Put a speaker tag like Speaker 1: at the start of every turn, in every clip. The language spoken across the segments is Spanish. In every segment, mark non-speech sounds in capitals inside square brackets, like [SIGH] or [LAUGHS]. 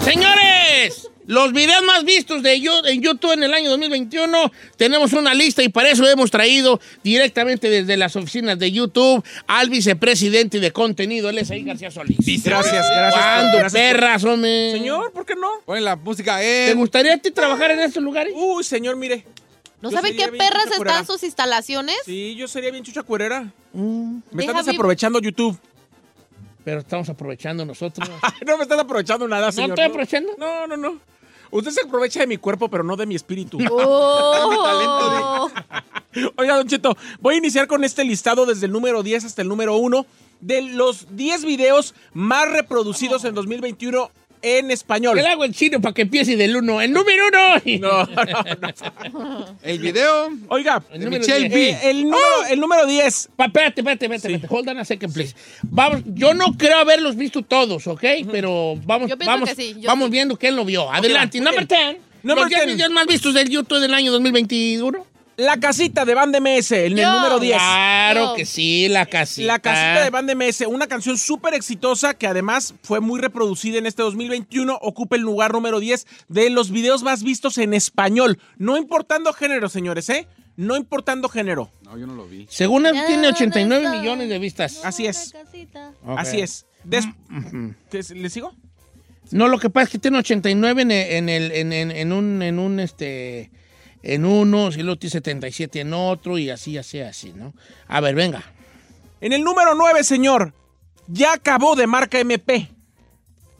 Speaker 1: Señores, los videos más vistos de yo- en YouTube en el año 2021, tenemos una lista y para eso hemos traído directamente desde las oficinas de YouTube al vicepresidente de contenido, él es ahí García Solís.
Speaker 2: Gracias, gracias.
Speaker 1: ¿Cuándo,
Speaker 2: gracias por-
Speaker 1: perras, hombre?
Speaker 2: Señor, ¿por qué no? Ponen la música.
Speaker 1: ¿Te
Speaker 2: Eh.
Speaker 1: gustaría a ti trabajar en estos lugares?
Speaker 2: Uy, señor, mire.
Speaker 3: ¿No
Speaker 2: Yo
Speaker 3: saben
Speaker 2: sería
Speaker 3: qué
Speaker 2: bien
Speaker 3: perras
Speaker 2: chucha
Speaker 3: están
Speaker 2: curera.
Speaker 3: sus instalaciones?
Speaker 2: Sí, yo sería bien chucha cuerera. Me
Speaker 3: Deja
Speaker 2: están
Speaker 3: vi-
Speaker 2: desaprovechando YouTube.
Speaker 1: Pero estamos aprovechando
Speaker 2: [LAUGHS]
Speaker 1: nosotros.
Speaker 2: No me están aprovechando nada, señor.
Speaker 1: estoy aprovechando?
Speaker 2: No, no, no. Usted se aprovecha de mi cuerpo, pero no de mi espíritu. [LAUGHS]
Speaker 3: Oh.
Speaker 2: Oiga, Don Cheto, voy a iniciar con este listado desde el número 10 hasta el número 1 de los 10 videos más reproducidos en 2021 en español.
Speaker 1: ¿Qué le hago el chino para que empiece del uno? ¡El número uno!
Speaker 2: [LAUGHS] No, no,
Speaker 4: El video.
Speaker 2: no. Oiga,
Speaker 1: El número
Speaker 4: Michelle
Speaker 1: 10.
Speaker 2: eh, el, número, el número 10.
Speaker 1: ¡Oh! Pa- espérate, espérate, espérate, espérate. Hold on a second, please. Vamos, yo no creo haberlos visto todos, ¿ok? Pero vamos,
Speaker 3: Yo pienso
Speaker 1: vamos,
Speaker 3: que sí, yo
Speaker 1: vamos
Speaker 3: sí.
Speaker 1: viendo quién lo vio. Adelante. Number 10.
Speaker 2: Number
Speaker 1: los 10
Speaker 2: 10.
Speaker 1: videos más vistos del YouTube del año 2021.
Speaker 2: La casita de Van de MS, en el
Speaker 3: Yo.
Speaker 2: número 10.
Speaker 1: Claro
Speaker 3: No.
Speaker 1: que sí, Ah. la casita.
Speaker 2: La casita de Van de MS, una canción súper exitosa que además fue muy reproducida en este 2021, ocupa el lugar número 10 de los videos más vistos en español, no importando género, señores, ¿eh? No importando género.
Speaker 4: No, yo no lo vi.
Speaker 1: Según él,
Speaker 3: Ya
Speaker 1: tiene
Speaker 3: no
Speaker 1: 89
Speaker 3: está.
Speaker 1: millones de vistas.
Speaker 2: Así es.
Speaker 1: Ok. Mm,
Speaker 2: Así es. Des- ¿Qué es- ¿Le sigo?
Speaker 1: No, lo que pasa es que tiene 89 en, e- en el, en, en- en un, en un, este, en uno, y luego tiene 77 en otro, y así, así, así, ¿no? A ver, venga.
Speaker 2: En el número 9, señor. Ya acabó de marca MP.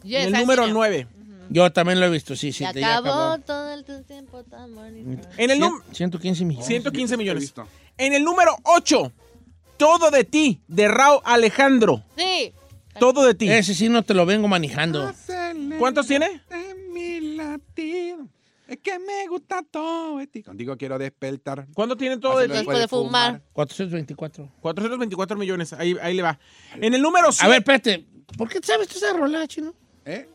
Speaker 3: Yes,
Speaker 2: en el
Speaker 3: así
Speaker 2: número
Speaker 3: no.
Speaker 2: 9.
Speaker 1: Yo también lo he visto, sí, sí.
Speaker 3: Se
Speaker 1: te- ya
Speaker 3: acabó,
Speaker 1: acabó.
Speaker 3: todo el tu tiempo tan
Speaker 4: Mm.
Speaker 3: bonito.
Speaker 2: En el,
Speaker 1: Cien-
Speaker 2: num-
Speaker 1: 115 millones.
Speaker 2: 115 millones.
Speaker 4: visto.
Speaker 2: En el número 8. Todo de ti, de Rao Alejandro.
Speaker 3: Sí.
Speaker 2: Todo de ti.
Speaker 1: Ese sí no te lo vengo manejando.
Speaker 2: ¿Cuántos tiene?
Speaker 4: En mi latido. Es que me gusta todo este de ti. Contigo quiero despertar.
Speaker 2: ¿Cuánto tiene todo de
Speaker 4: Así
Speaker 2: ti?
Speaker 3: Después de fumar.
Speaker 1: 424.
Speaker 2: 424 millones. Ahí, ahí le va. En el número 7.
Speaker 1: A ver, espérate. ¿Por qué sabes tú esa rola, chino?
Speaker 4: ¿Eh?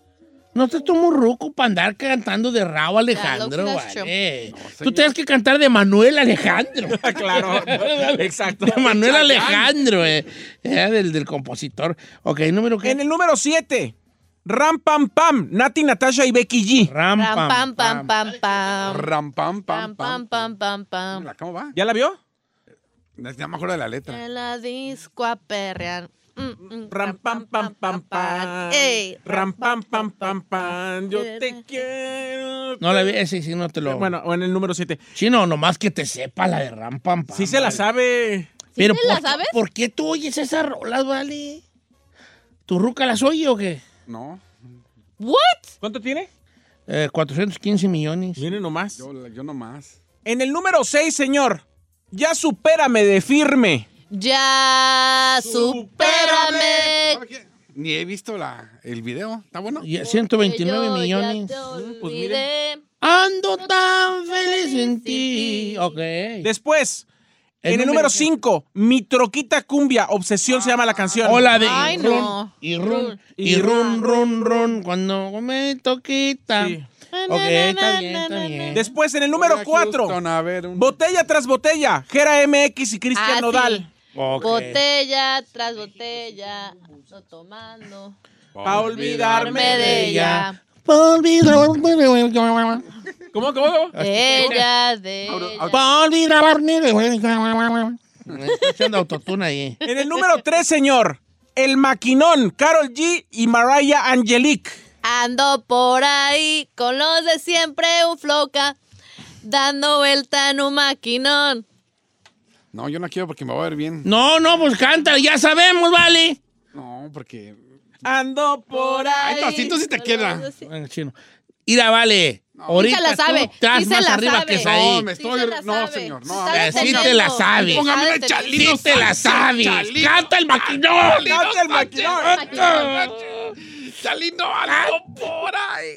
Speaker 1: No te tomo roco para andar cantando de Raúl Alejandro,
Speaker 3: Yeah, that's
Speaker 1: vale. Tú tienes que cantar de Manuel Alejandro.
Speaker 2: [LAUGHS] claro. Exacto.
Speaker 1: De Manuel Alejandro, eh. Eh, del, del compositor. Ok, número que.
Speaker 2: En el número 7. Ram Pam Pam. Nati, Natasha y Becky G.
Speaker 1: Ram,
Speaker 3: Ram, pam, pam,
Speaker 1: pam.
Speaker 3: pam, pam.
Speaker 4: Ram, pam,
Speaker 3: Pam,
Speaker 4: pam,
Speaker 3: pam, pam, pam, pam.
Speaker 4: Mira, ¿Cómo va?
Speaker 2: ¿Ya la vio?
Speaker 4: Ya me acuerdo de la letra.
Speaker 3: En la disco a perrear. Mm, mm,
Speaker 2: Ram pam pam pam pam.
Speaker 3: Ey.
Speaker 2: Ram pam pam pam pam. Yo te quiero.
Speaker 1: No la vi, ese sí no te lo.
Speaker 2: Bueno, o en el número 7.
Speaker 1: Chino, nomás que te sepa la de Ram, pam, pam.
Speaker 2: Sí se la
Speaker 1: vale.
Speaker 2: sabe.
Speaker 1: Pero
Speaker 3: te
Speaker 1: ¿por,
Speaker 3: la
Speaker 1: qué-
Speaker 3: sabes?
Speaker 1: ¿Por qué tú oyes esas rolas, vale? ¿Tu ruca las oye o qué?
Speaker 4: No,
Speaker 3: What?
Speaker 2: ¿Cuánto tiene?
Speaker 1: Eh, 415 millones.
Speaker 2: Miren nomás.
Speaker 4: yo, yo nomás.
Speaker 2: En el número 6, señor. Ya supérame de firme.
Speaker 3: Ya, supérame.
Speaker 4: Ni he visto la, el video. ¿Está bueno?
Speaker 1: Y- 129
Speaker 3: Yo ya
Speaker 1: millones.
Speaker 3: te olvidé.
Speaker 1: Ando tan feliz en ti. Ok.
Speaker 2: Después,
Speaker 1: El
Speaker 2: en el
Speaker 1: número
Speaker 2: número 5, Mi Troquita Cumbia, Obsesión se llama la canción.
Speaker 1: Hola de
Speaker 3: Ay,
Speaker 1: y
Speaker 3: no.
Speaker 1: run, y run y run run run cuando me toquita.
Speaker 2: Sí.
Speaker 1: Ok, está bien, está bien.
Speaker 2: Después, en el número
Speaker 4: Voy a
Speaker 2: 4,
Speaker 4: Houston a ver un-
Speaker 2: Botella tras Botella, Gera MX y Cristian
Speaker 3: Ah, sí.
Speaker 2: Nodal.
Speaker 1: Ok.
Speaker 3: Botella tras botella, no tomando.
Speaker 2: Pa' olvidarme
Speaker 3: Me de ella,
Speaker 1: Pa' olvidarme de-
Speaker 2: ¿Cómo, cómo?
Speaker 3: de ella, de ella.
Speaker 1: pa' olvidarme de- echando autotune ahí.
Speaker 2: En el número 3, señor, El Maquinón, Carol G y Mariah Angelique.
Speaker 3: Ando por ahí con los de siempre un floca, dando vuelta en un maquinón.
Speaker 4: No, yo no quiero porque me va a ver bien.
Speaker 1: No, no, pues canta, ya sabemos, vale.
Speaker 4: No, porque.
Speaker 2: Ando por ahí.
Speaker 1: Ay, Tocito, sí te
Speaker 3: con
Speaker 1: queda.
Speaker 3: los de si-
Speaker 1: Bueno, chino. Ira, vale. Ahorita
Speaker 3: Sí se la
Speaker 1: tú
Speaker 3: sabe,
Speaker 1: estás
Speaker 3: sí se
Speaker 1: más
Speaker 3: la
Speaker 1: arriba
Speaker 3: sabe.
Speaker 1: que ahí.
Speaker 4: No, me
Speaker 3: Sí
Speaker 4: estoy.
Speaker 3: se la
Speaker 4: no,
Speaker 3: sabe.
Speaker 4: señor.
Speaker 3: Se
Speaker 4: No,
Speaker 3: sabe
Speaker 4: a ver.
Speaker 1: Sí
Speaker 3: Teniendo.
Speaker 1: te la sabes.
Speaker 3: Póngame una
Speaker 1: Sí
Speaker 3: chalino
Speaker 1: te la sabes.
Speaker 4: Chalino.
Speaker 1: Canta el maquinón.
Speaker 2: Canta el maquinón.
Speaker 4: Chalino, algo por ahí.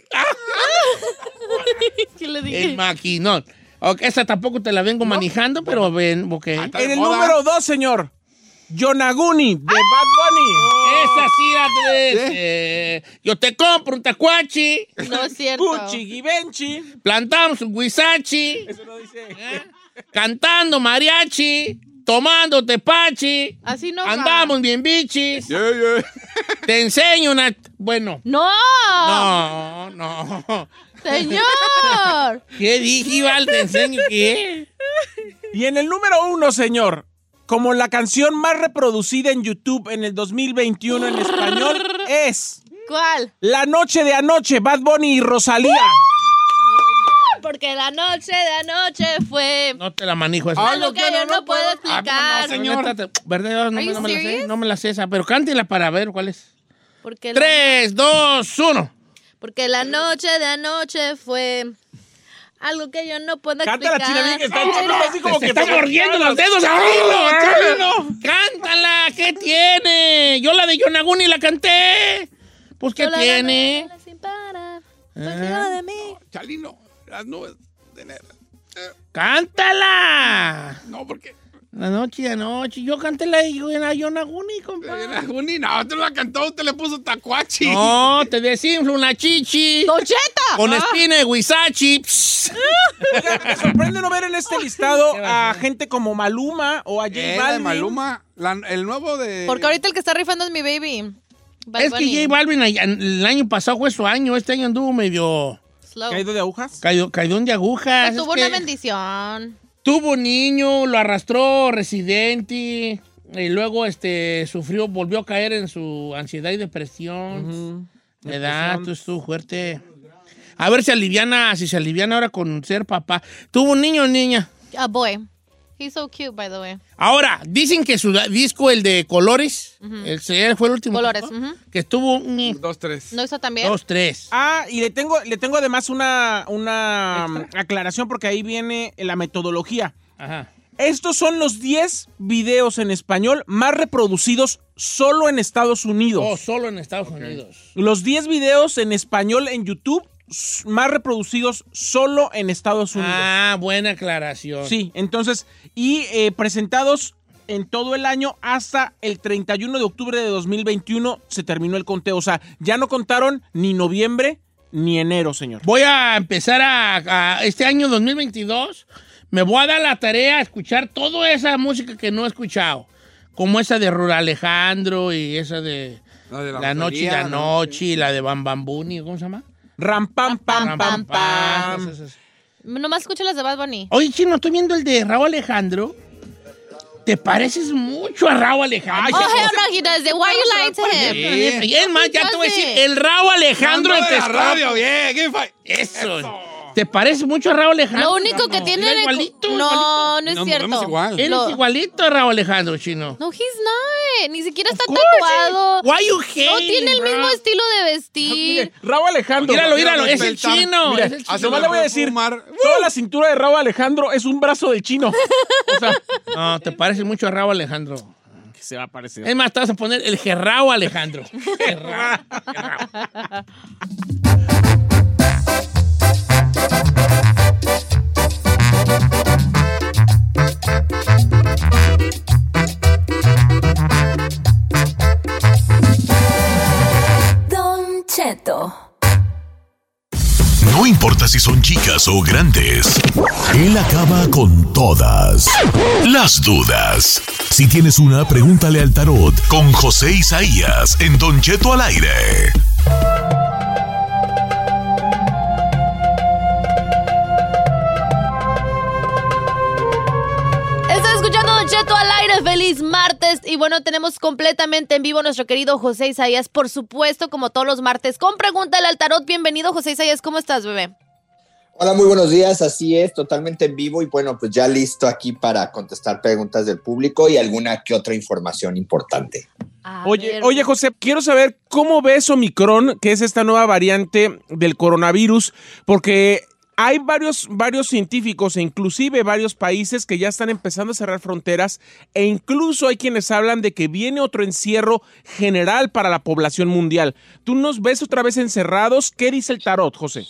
Speaker 3: ¿Qué le dije?
Speaker 1: El maquinón. Ok, esa tampoco te la vengo manejando, pero ven, ok.
Speaker 3: Ah,
Speaker 4: está
Speaker 2: En
Speaker 4: de
Speaker 2: el
Speaker 4: moda.
Speaker 2: número 2, señor, Yonaguni de Bad Bunny.
Speaker 4: Oh.
Speaker 1: Esa sí, Andrés. Eh, yo te compro un tacuachi,
Speaker 3: No es cierto.
Speaker 2: Gucci, Givenchy.
Speaker 1: plantamos un guisachi, ¿eh?
Speaker 2: Eso no dice.
Speaker 1: cantando mariachi, tomando tepachi,
Speaker 3: Así no va.
Speaker 1: andamos bien bichis,
Speaker 4: Yeah, yeah.
Speaker 1: te enseño una... Bueno,
Speaker 3: ¡No!
Speaker 1: no, no.
Speaker 3: ¡Señor!
Speaker 1: [LAUGHS] ¿Qué dije, Val? ¿Te enseño qué?
Speaker 2: Y en el número 1, señor, como la canción más reproducida en YouTube en el 2021 en español es
Speaker 3: ¿Cuál?
Speaker 2: La Noche de Anoche, Bad Bunny y Rosalía.
Speaker 3: Porque la noche de anoche fue.
Speaker 1: No te la manejo esa.
Speaker 3: Algo que yo no puedo
Speaker 1: Ah,
Speaker 3: explicar.
Speaker 1: pues no, señor. ¿Verdad? No,
Speaker 3: Are you
Speaker 1: no me la sé,
Speaker 3: serious?
Speaker 1: no me la sé esa, pero cántela para ver cuál es.
Speaker 3: Porque la,
Speaker 1: Tres, dos, uno.
Speaker 3: porque la noche de anoche fue. Algo que yo no puedo
Speaker 2: Cántala,
Speaker 3: explicar.
Speaker 2: China, bien que está chino, así como
Speaker 1: Se
Speaker 2: que
Speaker 1: está mordiendo los dedos. ¡Cálmalo! ¡Cántala! ¿Qué tiene? Yo la de Yonaguni la canté. Pues, ¿qué
Speaker 3: Yo la
Speaker 1: tiene?
Speaker 3: gano sin parar, contigo Pues,
Speaker 4: Eh,
Speaker 3: de mí.
Speaker 4: Chalino, las nubes de negra. Eh,
Speaker 1: ¡Cántala!
Speaker 4: No, porque.
Speaker 1: La noche, la noche. Yo canté la de Yon- la Yonaguni, compadre.
Speaker 4: Juni, no, usted no la cantó, usted le puso tacuachi.
Speaker 1: No, te desinflo una chichi.
Speaker 3: ¡Docheta!
Speaker 1: Con espina de guisachi. Pss.
Speaker 2: Oiga, me sorprende no ver en este listado a gente como Maluma o a J
Speaker 4: Eh, la de
Speaker 2: Balvin.
Speaker 4: Maluma, la- el nuevo de.
Speaker 3: Porque ahorita el que está rifando es mi baby. Bad
Speaker 1: Es que
Speaker 3: Bunny.
Speaker 1: J Balvin ay- el año pasado fue su año. Este año anduvo medio...
Speaker 3: Slow.
Speaker 2: ¿Caído de agujas?
Speaker 1: Cayó, cayó de agujas.
Speaker 3: Pues
Speaker 1: Es
Speaker 3: tuvo
Speaker 1: que
Speaker 3: una bendición.
Speaker 1: Tuvo niño, lo arrastró residente y luego este sufrió, volvió a caer en su ansiedad y depresión. Edad, tú estuvo fuerte. A ver si aliviana, si se aliviana ahora con ser papá. Tuvo un niño o niña.
Speaker 3: A boy. He's so cute, by the way.
Speaker 1: Ahora, dicen que su da- disco, el de Colores, el se- fue el último.
Speaker 3: Colores,
Speaker 1: disco,
Speaker 3: ujú.
Speaker 1: Que estuvo un,
Speaker 4: Dos, tres.
Speaker 3: ¿No hizo también?
Speaker 1: dos, tres.
Speaker 2: Ah, y le tengo, le tengo además una, una um, aclaración porque ahí viene la metodología.
Speaker 1: Ajá.
Speaker 2: Estos son los 10 videos en español más reproducidos solo en Estados Unidos.
Speaker 1: Oh, solo en Estados Unidos.
Speaker 2: Los 10 videos en español en YouTube s- más reproducidos solo en Estados Unidos.
Speaker 1: Ah, buena aclaración.
Speaker 2: Sí, entonces, y eh, presentados en todo el año hasta el 31 de octubre de 2021 se terminó el conteo. O sea, ya no contaron ni noviembre ni enero, señor.
Speaker 1: Voy a empezar a, a- este año 2022. Me voy a dar la tarea a escuchar toda esa música que no he escuchado. Como esa de Rural Alejandro y esa de
Speaker 4: La de
Speaker 1: La,
Speaker 4: la
Speaker 1: Noche y
Speaker 4: Rosalía,
Speaker 1: la
Speaker 4: ¿no?
Speaker 1: Noche y la de Bam Bam Buni, ¿cómo se llama?
Speaker 2: Ram, pam, pam,
Speaker 1: Ram,
Speaker 2: pam,
Speaker 1: pam,
Speaker 2: pam.
Speaker 1: esas, esas.
Speaker 3: Nomás escucha las de Bad Bunny.
Speaker 1: Oye, chino, estoy viendo el de Raúl Alejandro. Te pareces mucho a Raúl Alejandro.
Speaker 3: Oh, hell no, he doesn't. Why are you lying to him?
Speaker 1: Sí. Y es más, ya te voy a decir,
Speaker 3: Entonces-
Speaker 1: el Raúl Alejandro el
Speaker 4: de
Speaker 1: que
Speaker 4: la
Speaker 1: está-
Speaker 4: radio, yeah, give me five.
Speaker 1: Eso. Te pareces mucho a Raúl Alejandro.
Speaker 3: Lo único que
Speaker 1: No,
Speaker 3: tiene...
Speaker 1: era
Speaker 3: de-
Speaker 1: igualito,
Speaker 3: no, no es
Speaker 4: Nos
Speaker 3: cierto.
Speaker 4: movemos igual.
Speaker 1: Eres
Speaker 3: Lo-
Speaker 1: igualito a Raúl Alejandro, chino.
Speaker 3: No, he's not. Ni siquiera está
Speaker 1: Of course,
Speaker 3: tatuado.
Speaker 1: eh. Why you
Speaker 3: No
Speaker 1: hating,
Speaker 3: tiene el
Speaker 1: bro?
Speaker 3: mismo estilo de
Speaker 2: Mire,
Speaker 3: vestir.
Speaker 2: Raúl Alejandro.
Speaker 1: Míralo,
Speaker 2: Mira,
Speaker 1: míralo, es el
Speaker 4: despertar.
Speaker 1: chino.
Speaker 2: Mira,
Speaker 1: es el
Speaker 2: a
Speaker 1: chino.
Speaker 2: Tomás le voy a decir,
Speaker 4: Fumar.
Speaker 2: toda la cintura de Raúl Alejandro es un brazo de chino. [LAUGHS] O sea,
Speaker 1: No, te parece mucho a Raúl Alejandro.
Speaker 2: que se va a parecer. [LAUGHS]
Speaker 1: Es más, te vas a poner el Gerrao Alejandro. Gerrao.
Speaker 5: Don Cheto.
Speaker 6: No importa si son chicas o grandes, él acaba con todas las dudas. Si tienes una, pregúntale al tarot con José Isaías en Don Cheto al aire.
Speaker 3: Estás escuchando Don Cheto al aire, feliz martes. Y bueno, tenemos completamente en vivo a nuestro querido José Isaías, por supuesto, como todos los martes, con Pregúntale al Tarot. Bienvenido, José Isaías, ¿cómo estás, bebé?
Speaker 7: Hola, muy buenos días. Así es, totalmente en vivo y bueno, pues ya listo aquí para contestar preguntas del público y alguna que otra información importante.
Speaker 2: Oye, oye, José, quiero saber cómo ves Omicron, que es esta nueva variante del coronavirus, porque hay varios, varios científicos e inclusive varios países que ya están empezando a cerrar fronteras e incluso hay quienes hablan de que viene otro encierro general para la población mundial. ¿Tú nos ves otra vez encerrados? ¿Qué dice el tarot, José?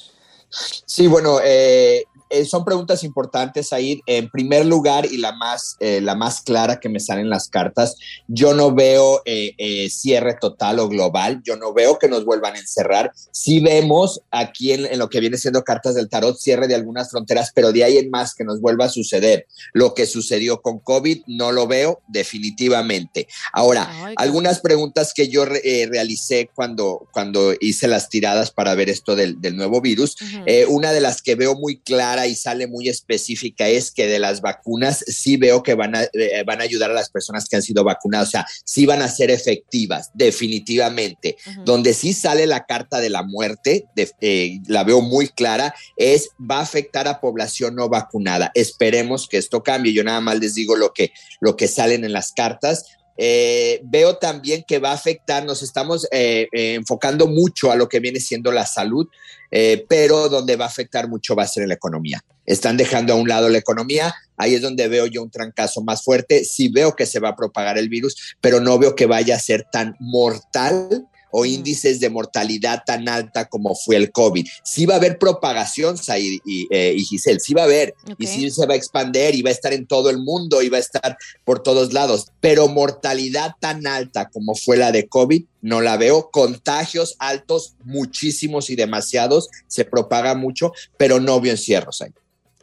Speaker 7: Sí, bueno, eh, eh, son preguntas importantes ahí. En primer lugar, y la más, eh, la más clara que me salen las cartas, yo no veo eh, eh, cierre total o global, yo no veo que nos vuelvan a encerrar. Sí vemos aquí en, en lo que viene siendo cartas del tarot cierre de algunas fronteras, pero de ahí en más que nos vuelva a suceder. Lo que sucedió con COVID no lo veo definitivamente. Ahora,
Speaker 3: Ay, qué-
Speaker 7: algunas preguntas que yo re- eh, realicé cuando, cuando hice las tiradas para ver esto del, del nuevo virus,
Speaker 3: Ujú.
Speaker 7: eh, una de las que veo muy clara y sale muy específica es que de las vacunas sí veo que van a, eh, van a ayudar a las personas que han sido vacunadas, o sea, sí van a ser efectivas, definitivamente.
Speaker 3: Ujú.
Speaker 7: Donde sí sale la carta de la muerte, de- eh, la veo muy clara, es va a afectar a población no vacunada. Esperemos que esto cambie. Yo nada más les digo lo que, lo que salen en las cartas. Eh, veo también que va a afectar, nos estamos eh, eh, enfocando mucho a lo que viene siendo la salud, eh, pero donde va a afectar mucho va a ser en la economía. Están dejando a un lado la economía, ahí es donde veo yo un trancazo más fuerte, sí veo que se va a propagar el virus, pero no veo que vaya a ser tan mortal o índices de mortalidad tan alta como fue el COVID. Sí va a haber propagación, Said y, eh, y Giselle, sí va a haber, y
Speaker 3: Ok.
Speaker 7: sí se va a expander y va a estar en todo el mundo y va a estar por todos lados, pero mortalidad tan alta como fue la de COVID, no la veo. Contagios altos, muchísimos y demasiados, se propaga mucho, pero no veo encierros ahí.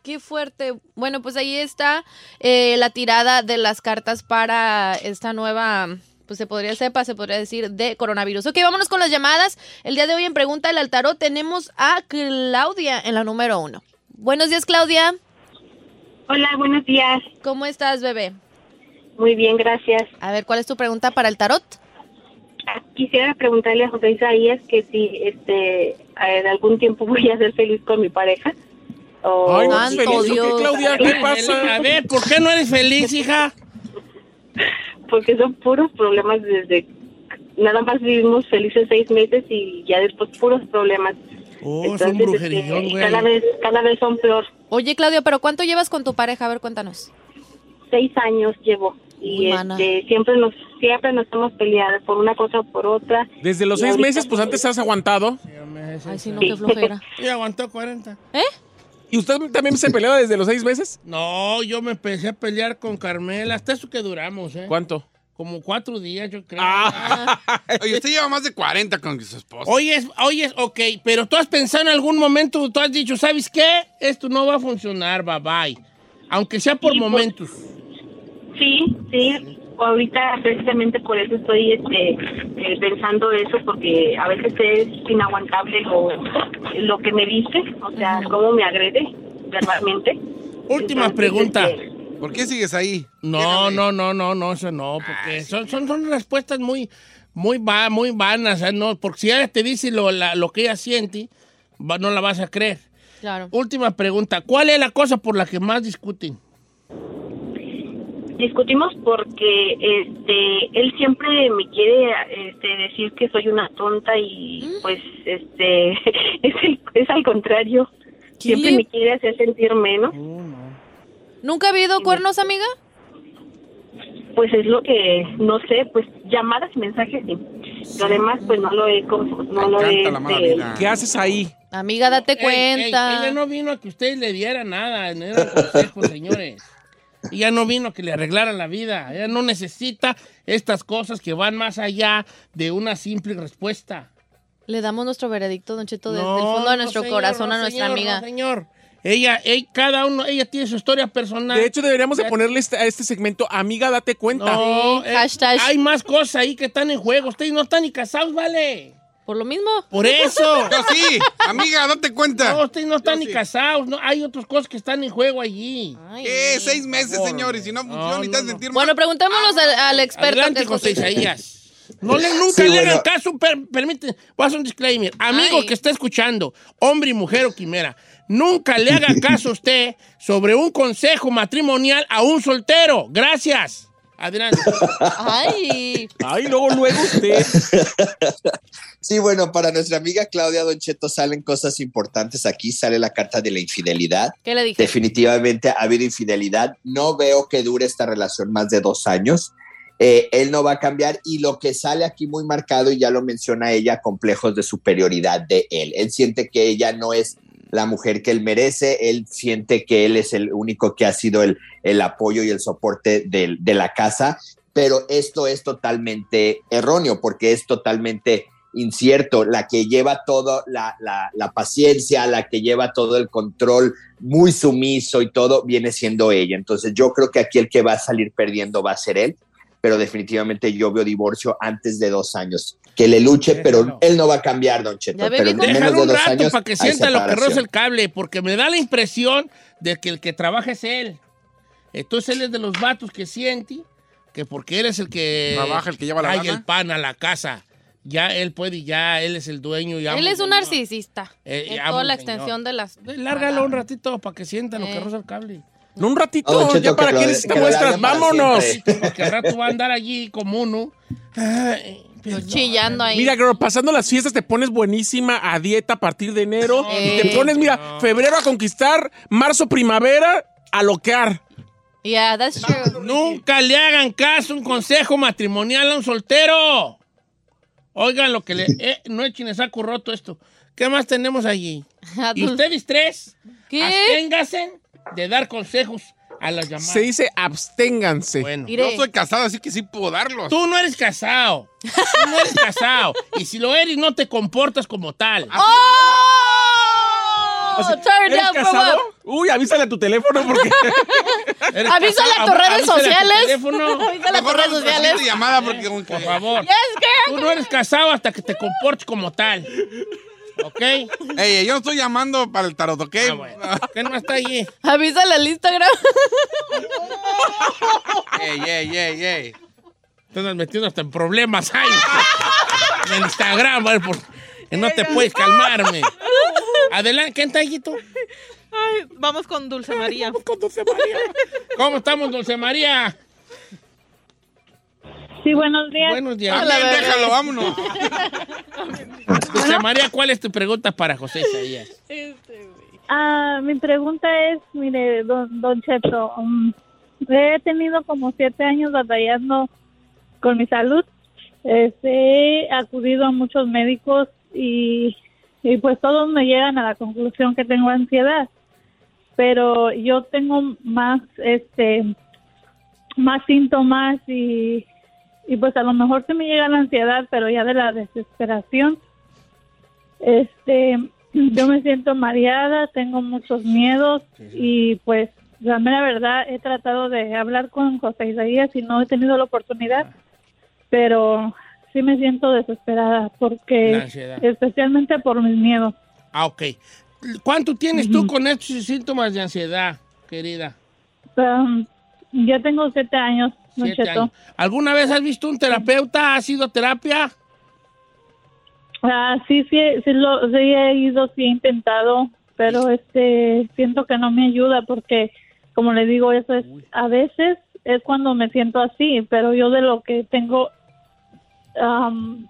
Speaker 3: Qué fuerte. Bueno, pues ahí está eh, la tirada de las cartas para esta nueva, pues se podría sepa, se podría decir, de coronavirus. Ok, vámonos con las llamadas. El día de hoy en Pregunta del Tarot tenemos a Claudia en la número uno. Buenos días, Claudia.
Speaker 8: Hola, buenos días.
Speaker 3: ¿Cómo estás, bebé?
Speaker 8: Muy bien, gracias.
Speaker 3: A ver, ¿cuál es tu pregunta para el tarot?
Speaker 8: Quisiera preguntarle a José Isaías que si este, en algún tiempo [LAUGHS] voy a ser feliz con mi pareja. O
Speaker 2: Ay, no
Speaker 3: eres Oh, Santo feliz, ¿o qué, Dios. Claudia? [LAUGHS]
Speaker 2: ¿Qué pasa?
Speaker 1: A ver, ¿por qué no eres feliz, hija?
Speaker 8: Porque son puros problemas desde... Nada más vivimos felices seis meses y ya después puros problemas.
Speaker 1: Oh, es un brujerillón,
Speaker 8: este,
Speaker 1: güey.
Speaker 8: cada, vez, cada vez son peor.
Speaker 3: Oye, Claudia, ¿pero cuánto llevas con tu pareja? A ver, cuéntanos.
Speaker 8: Seis años llevo.
Speaker 3: Uy,
Speaker 8: Y
Speaker 3: mana.
Speaker 8: este, siempre nos siempre nos hemos peleado por una cosa o por otra.
Speaker 2: Desde los
Speaker 8: Y
Speaker 2: seis
Speaker 8: ahorita-
Speaker 2: meses, pues antes has aguantado.
Speaker 3: Ay, sí, no, qué
Speaker 1: [LAUGHS]
Speaker 3: flojera. ¿Eh?
Speaker 1: Y aguantó 40.
Speaker 2: ¿Y usted también se peleaba desde los seis meses?
Speaker 1: No, yo me empecé a pelear con Carmela. Hasta eso que duramos, ¿eh?
Speaker 2: ¿Cuánto?
Speaker 1: Como cuatro días, yo creo.
Speaker 4: Ah.
Speaker 1: [LAUGHS]
Speaker 4: Oye, usted lleva más de 40 con su esposa.
Speaker 1: Hoy es, hoy es, ok, pero tú has pensado en algún momento, tú has dicho, ¿sabes qué? Esto no va a funcionar, bye bye. Aunque sea por
Speaker 8: Sí, pues.
Speaker 1: momentos.
Speaker 8: Sí, sí. Ahorita precisamente por eso estoy este, eh, pensando eso, porque a veces es inaguantable lo, lo que me dice, o sea, cómo me agrede verbalmente.
Speaker 1: Última
Speaker 8: Entonces,
Speaker 1: pregunta.
Speaker 8: este,
Speaker 4: ¿Por qué sigues ahí? Ah,
Speaker 1: No, no, no, no, no, eso no, porque son, son, son respuestas muy, muy, va, muy vanas, o sea, no, porque si ella te dice lo, la- lo que ella siente, va- no la vas a creer.
Speaker 3: Claro.
Speaker 1: Última pregunta, ¿cuál es la cosa por la que más discuten?
Speaker 8: discutimos porque este él siempre me quiere este, decir que soy una tonta y pues este [LAUGHS] es, el- es al contrario.
Speaker 3: ¿Qué?
Speaker 8: Siempre me quiere hacer sentir menos.
Speaker 3: ¿Nunca ha habido cuernos, amiga?
Speaker 8: pues es lo que no sé pues llamadas y mensajes sí. lo demás pues no lo he como- no lo
Speaker 4: Me
Speaker 8: he
Speaker 4: encanta la mala
Speaker 8: este,
Speaker 4: vida.
Speaker 2: ¿Qué haces ahí?
Speaker 3: Amiga, date
Speaker 1: Ey, ey,
Speaker 3: cuenta.
Speaker 1: ella no vino a que ustedes le diera nada, no era consejo, señores. Ella no vino a que le arreglara la vida. Ella no necesita estas cosas que van más allá de una simple respuesta.
Speaker 3: Le damos nuestro veredicto, Don Cheto, desde
Speaker 1: No,
Speaker 3: el fondo de
Speaker 1: no,
Speaker 3: nuestro
Speaker 1: señor,
Speaker 3: corazón
Speaker 1: no,
Speaker 3: a nuestra
Speaker 1: señor,
Speaker 3: amiga.
Speaker 1: no, señor, ella, ey, cada uno, ella tiene su historia personal.
Speaker 2: De hecho, deberíamos de
Speaker 1: Ya-
Speaker 2: ponerle este- a este segmento, amiga, date cuenta.
Speaker 1: no,
Speaker 3: Sí,
Speaker 1: eh,
Speaker 3: hashtag.
Speaker 1: hay más cosas ahí que están en juego. Ustedes no están ni casados, vale.
Speaker 3: Por lo mismo.
Speaker 1: Por eso.
Speaker 9: [LAUGHS]
Speaker 3: Yo sí.
Speaker 1: Amiga, date cuenta. No, ustedes no están ni casados. No, hay otras cosas que están en juego allí.
Speaker 9: ¿Qué? Eh, Seis meses, señor, y si no funciona, ni te has sentir
Speaker 3: Bueno, preguntémonos al, al experto.
Speaker 1: Adelante,
Speaker 3: que es
Speaker 1: José Isaías. No le,
Speaker 3: Sí,
Speaker 1: nunca le hagan
Speaker 3: bueno.
Speaker 1: caso, per- permite, voy a hacer un disclaimer. Amigo que está escuchando, hombre y mujer o quimera, nunca le haga caso usted sobre un consejo matrimonial a un soltero. Gracias. Adelante.
Speaker 3: Ay.
Speaker 1: Ay, luego, luego usted.
Speaker 7: [LAUGHS] Sí, bueno, para nuestra amiga Claudia Don Cheto salen cosas importantes aquí. Sale la carta de la infidelidad.
Speaker 3: ¿Qué le dije?
Speaker 7: Definitivamente ha habido infidelidad. No veo que dure esta relación más de dos años. Eh, él no va a cambiar y lo que sale aquí muy marcado, y ya lo menciona ella, complejos de superioridad de él. Él siente que ella no es la mujer que él merece, él siente que él es el único que ha sido el, el apoyo y el soporte del- de la casa, pero esto es totalmente erróneo porque es totalmente incierto, la que lleva toda la, la- la paciencia, la que lleva todo el control muy sumiso y todo, viene siendo ella. Entonces yo creo que aquí el que va a salir perdiendo va a ser él, pero definitivamente yo veo divorcio antes de dos años. Que le luche, pero él no va a cambiar, don Cheto. Pero en menos
Speaker 1: Déjalo
Speaker 7: de
Speaker 1: un
Speaker 7: dos
Speaker 1: rato
Speaker 7: años
Speaker 1: para que
Speaker 7: hay
Speaker 1: sienta lo que
Speaker 7: separación.
Speaker 1: roza el cable, porque me da la impresión de que el que trabaja es él. Entonces él es de los vatos que siente que porque él es el que
Speaker 9: Trabaja, el que lleva la
Speaker 1: trae
Speaker 9: lana.
Speaker 1: el pan a la casa. Ya él puede, ya él es el dueño. y amo
Speaker 3: Él
Speaker 1: el
Speaker 3: es un
Speaker 1: señor.
Speaker 3: narcisista.
Speaker 1: Eh,
Speaker 3: en
Speaker 1: amo
Speaker 3: toda
Speaker 1: el
Speaker 3: la
Speaker 1: señor.
Speaker 3: extensión de las.
Speaker 1: Lárgalo un ratito para que sienta lo que roza el cable.
Speaker 2: No, un ratito,
Speaker 1: Don Cheto,
Speaker 2: ya
Speaker 1: que
Speaker 2: para
Speaker 1: lo
Speaker 2: qué
Speaker 1: de-
Speaker 2: necesitas
Speaker 1: que lo
Speaker 2: muestras.
Speaker 1: hagan para
Speaker 2: Vámonos.
Speaker 1: siempre, Porque al rato va
Speaker 2: [LAUGHS]
Speaker 1: a andar allí como uno. Ay, perdón.
Speaker 3: Chillando ahí.
Speaker 2: Mira, girl, pasando las fiestas te pones buenísima a dieta a partir de enero. y
Speaker 3: Eh,
Speaker 2: te pones, mira, febrero a conquistar, marzo primavera a loquear.
Speaker 3: Yeah, that's true.
Speaker 1: Nunca le hagan caso un consejo matrimonial a un soltero. Oigan lo que
Speaker 7: [LAUGHS]
Speaker 1: le... eh, no echen el saco roto esto. ¿Qué más tenemos allí? ¿Y ustedes tres?
Speaker 3: ¿Qué?
Speaker 1: Absténganse de dar consejos a las llamadas.
Speaker 2: Se dice absténganse.
Speaker 1: Bueno,
Speaker 9: Yo soy casado, así que sí puedo darlos.
Speaker 1: Tú no eres casado. Tú no eres casado. Y si lo eres, no te comportas como tal.
Speaker 3: Oh,
Speaker 10: Ah.
Speaker 2: Así, ¿eres casado? Uy, avísale a tu teléfono porque.
Speaker 1: [LAUGHS]
Speaker 2: [LAUGHS]
Speaker 1: Eres
Speaker 3: Avísale
Speaker 1: casado,
Speaker 3: a tus
Speaker 1: av-
Speaker 3: redes
Speaker 1: avísale a tu
Speaker 3: sociales. [LAUGHS]
Speaker 1: teléfono.
Speaker 3: Avísale a tus redes sociales.
Speaker 9: llamada porque...
Speaker 1: Por favor. Tú no eres casado hasta que te comportes como tal. ¿Ok? Ah,
Speaker 9: Ey, yo no estoy llamando para el tarot, ¿ok?
Speaker 1: ¿Qué no está allí?
Speaker 3: Avísale al
Speaker 1: [LAUGHS]
Speaker 3: Instagram.
Speaker 1: Ey, ey, ey, ey. Estás metiendo hasta en problemas ahí. en Instagram, ¿vale? Por- que no te puedes calmarme. Adelante, ¿qué está allí tú?
Speaker 11: Ay, vamos con Dulce María. Vamos con Dulce María.
Speaker 1: ¿Cómo estamos, Dulce María?
Speaker 11: Sí, buenos días.
Speaker 1: Buenos días.
Speaker 11: Hola,
Speaker 1: Bien,
Speaker 11: bebé.
Speaker 1: déjalo, vámonos. Dulce María, ¿cuál es tu pregunta para José Isaías?
Speaker 11: [LAUGHS] Ah, mi pregunta es, mire, don, don Cheto, um, he tenido como siete años batallando con mi salud. Este, he acudido a muchos médicos y, y pues todos me llegan a la conclusión que tengo ansiedad. Pero yo tengo más, este, más síntomas y, y pues a lo mejor se me llega la ansiedad, pero ya de la desesperación. Este, [CLEARS THROAT] yo me siento mareada, tengo muchos miedos y pues la mera verdad he tratado de hablar con José Isaías y no he tenido la oportunidad, pero sí me siento desesperada
Speaker 1: La
Speaker 11: porque
Speaker 1: ansiedad.
Speaker 11: especialmente por mis miedos.
Speaker 1: Ah, ok. ¿Cuánto tienes tú con estos síntomas de ansiedad, querida?
Speaker 11: Um, yo tengo siete años, Don
Speaker 1: Siete
Speaker 11: Cheto.
Speaker 1: años. ¿Alguna vez has visto un terapeuta? ¿Has ido a terapia?
Speaker 11: Ah, sí, sí, sí, lo, sí he ido, sí he intentado, pero este siento que no me ayuda porque, como le digo, eso es a veces es cuando me siento así, pero yo de lo que tengo, am,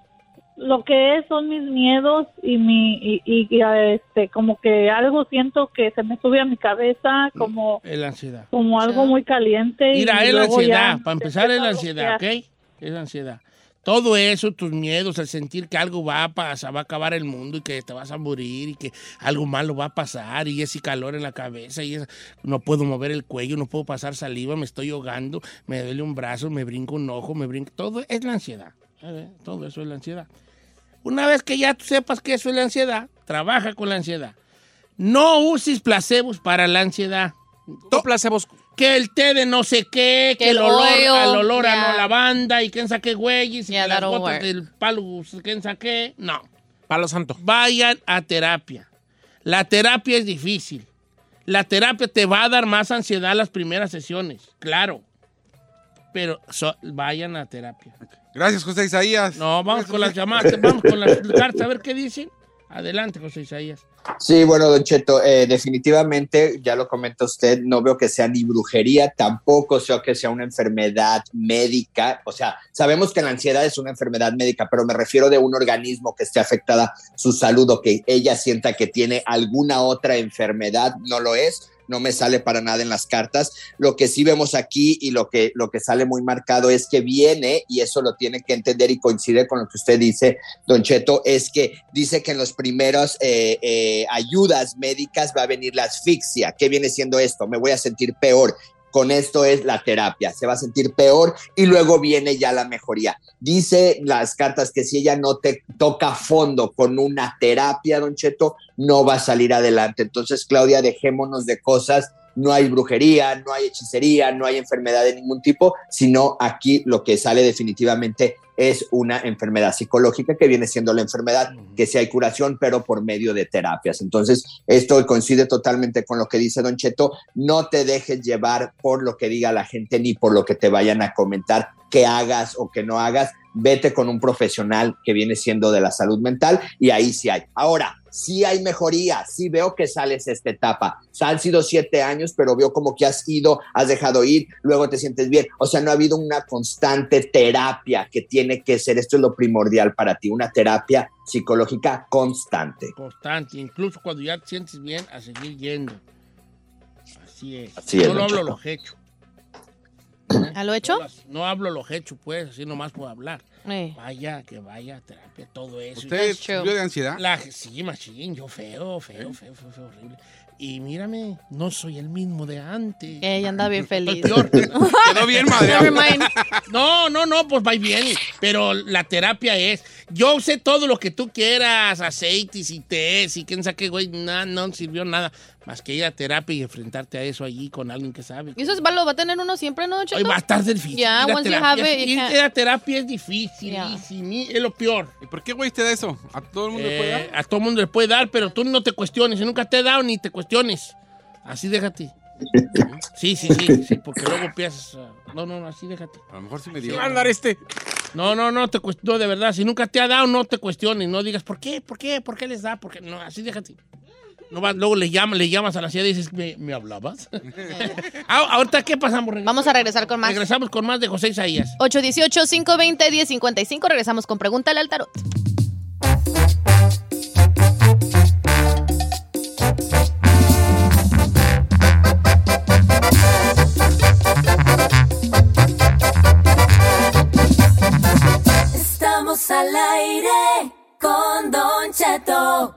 Speaker 11: lo que es son mis miedos y mi y, y- y, ah, este como que algo siento que se me sube a mi cabeza como
Speaker 1: Es la ansiedad.
Speaker 11: como algo muy caliente. y
Speaker 1: Mm. Mira, es la
Speaker 11: luego ya
Speaker 1: ansiedad. Para empezar, es la ansiedad, ¿ok?
Speaker 11: bloquear.
Speaker 1: Es la ansiedad. Todo eso, tus miedos, el sentir que algo va a pasar, va a acabar el mundo y que te vas a morir y que algo malo va a pasar y ese calor en la cabeza y esa- no puedo mover el cuello, no puedo pasar saliva, me estoy ahogando, me duele un brazo, me brinco un ojo, me brinco... Todo es la ansiedad. ¿eh? Todo eso es la ansiedad. Una vez que ya tú sepas que eso es la ansiedad, trabaja con la ansiedad. No uses placebos para la ansiedad.
Speaker 2: No placebos.
Speaker 1: Que el té de no sé qué, que,
Speaker 2: Que
Speaker 1: el
Speaker 2: el
Speaker 1: olor,
Speaker 2: oil,
Speaker 1: al olor a
Speaker 2: yeah.
Speaker 1: no lavanda y quién saque güeyes y que las
Speaker 2: that'll
Speaker 1: gotas pues,
Speaker 2: work.
Speaker 1: del palo quién saque. No.
Speaker 2: Palo santo.
Speaker 1: Vayan a terapia. La terapia es difícil. La terapia te va a dar más ansiedad las primeras sesiones, claro. Pero so- vayan a terapia.
Speaker 9: Gracias, José Isaías.
Speaker 1: No, vamos con las llamadas, vamos con
Speaker 9: [LAUGHS]
Speaker 1: las cartas a ver qué dicen. Adelante, José Isaías.
Speaker 7: Sí, bueno, Don Cheto, eh, definitivamente, ya lo comenta usted, no veo que sea ni brujería, tampoco sea que sea una enfermedad médica. O sea, sabemos que la ansiedad es una enfermedad médica, pero me refiero de un organismo que esté afectada su salud o que ella sienta que tiene alguna otra enfermedad, no lo es. No me sale para nada en las cartas. Lo que sí vemos aquí y lo que, lo que sale muy marcado es que viene, y eso lo tiene que entender y coincide con lo que usted dice, Don Cheto, es que dice que en los primeros eh, eh, ayudas médicas va a venir la asfixia. ¿Qué viene siendo esto? Me voy a sentir peor. Con esto es la terapia, se va a sentir peor y luego viene ya la mejoría. Dice las cartas que si ella no te toca a fondo con una terapia, don Cheto, no va a salir adelante. Entonces, Claudia, dejémonos de cosas no hay brujería, no hay hechicería, no hay enfermedad de ningún tipo, sino aquí lo que sale definitivamente es una enfermedad psicológica que viene siendo la enfermedad, que sí hay curación, pero por medio de terapias. Entonces, esto coincide totalmente con lo que dice Don Cheto, no te dejes llevar por lo que diga la gente ni por lo que te vayan a comentar que hagas o que no hagas, vete con un profesional que viene siendo de la salud mental y ahí sí hay. Ahora, sí hay mejoría, sí veo que sales esta etapa. O sea, han sido siete años, pero veo como que has ido, has dejado ir, luego te sientes bien. O sea, no ha habido una constante terapia que tiene que ser, esto es lo primordial para ti, una terapia psicológica constante.
Speaker 1: Constante, incluso cuando ya te sientes bien, a seguir yendo. Así es.
Speaker 7: Así
Speaker 1: Yo
Speaker 7: es,
Speaker 1: no
Speaker 7: don
Speaker 1: hablo
Speaker 7: Cheto.
Speaker 1: los hechos,
Speaker 3: [CLEARS THROAT] ¿A lo hecho?
Speaker 1: no hablo los hechos, pues, así nomás puedo hablar.
Speaker 3: Eh.
Speaker 1: Vaya, que vaya a terapia, todo eso.
Speaker 9: ¿Usted sufrió de ansiedad? ¿Eh?
Speaker 1: La- sí, machín, yo feo, feo, feo, feo, feo, horrible. Y mírame, no soy el mismo de antes.
Speaker 3: Ella anda bien feliz.
Speaker 1: Quedó bien, madre.
Speaker 3: Never mind.
Speaker 1: No, no, no, pues va y viene. Pero la terapia es, yo sé todo lo que tú quieras, aceites y tés y quién sabe qué, güey, nada, no sirvió nada. Más que ir a terapia y enfrentarte a eso allí con alguien que sabe.
Speaker 3: [LAUGHS] ¿Y eso es, lo va a tener uno siempre, no, Cheto?
Speaker 1: Hoy va a estar difícil.
Speaker 3: Ya,
Speaker 1: ir a
Speaker 3: once you
Speaker 1: terapia.
Speaker 3: have it, you
Speaker 1: Ir
Speaker 3: can't-
Speaker 1: a terapia es difícil,
Speaker 3: Ya.
Speaker 1: y ni- es lo peor.
Speaker 9: ¿Y por qué, güey, te da eso? ¿A todo el mundo le puede
Speaker 1: Eh,
Speaker 9: dar?
Speaker 1: a todo mundo le puede dar, pero tú no te cuestiones. y Nunca te he dado ni te cuestiones. Así déjate. Sí, sí, sí, sí, porque luego empiezas. a- No, no, no, así déjate.
Speaker 9: A lo mejor sí me
Speaker 1: Sí,
Speaker 9: dio.
Speaker 1: va a andar
Speaker 2: este.
Speaker 1: No, no, no, te cuest- no, de verdad. Si nunca te ha dado, no te cuestiones. No digas, ¿por qué? ¿Por qué? ¿Por qué les da? ¿Por qué? No, así déjate. No vas- luego le llamas, le llamas a la ciudad y dices, ¿me, me hablabas?
Speaker 3: [LAUGHS]
Speaker 1: [LAUGHS] Ah, Ahorita, ¿qué pasamos?
Speaker 3: Vamos a regresar con más.
Speaker 1: Regresamos con más de José Isaías.
Speaker 3: 818-520-1055. Regresamos con Pregúntale al Tarot.
Speaker 5: Estamos al aire con Don Cheto.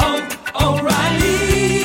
Speaker 10: oh, O'Reilly.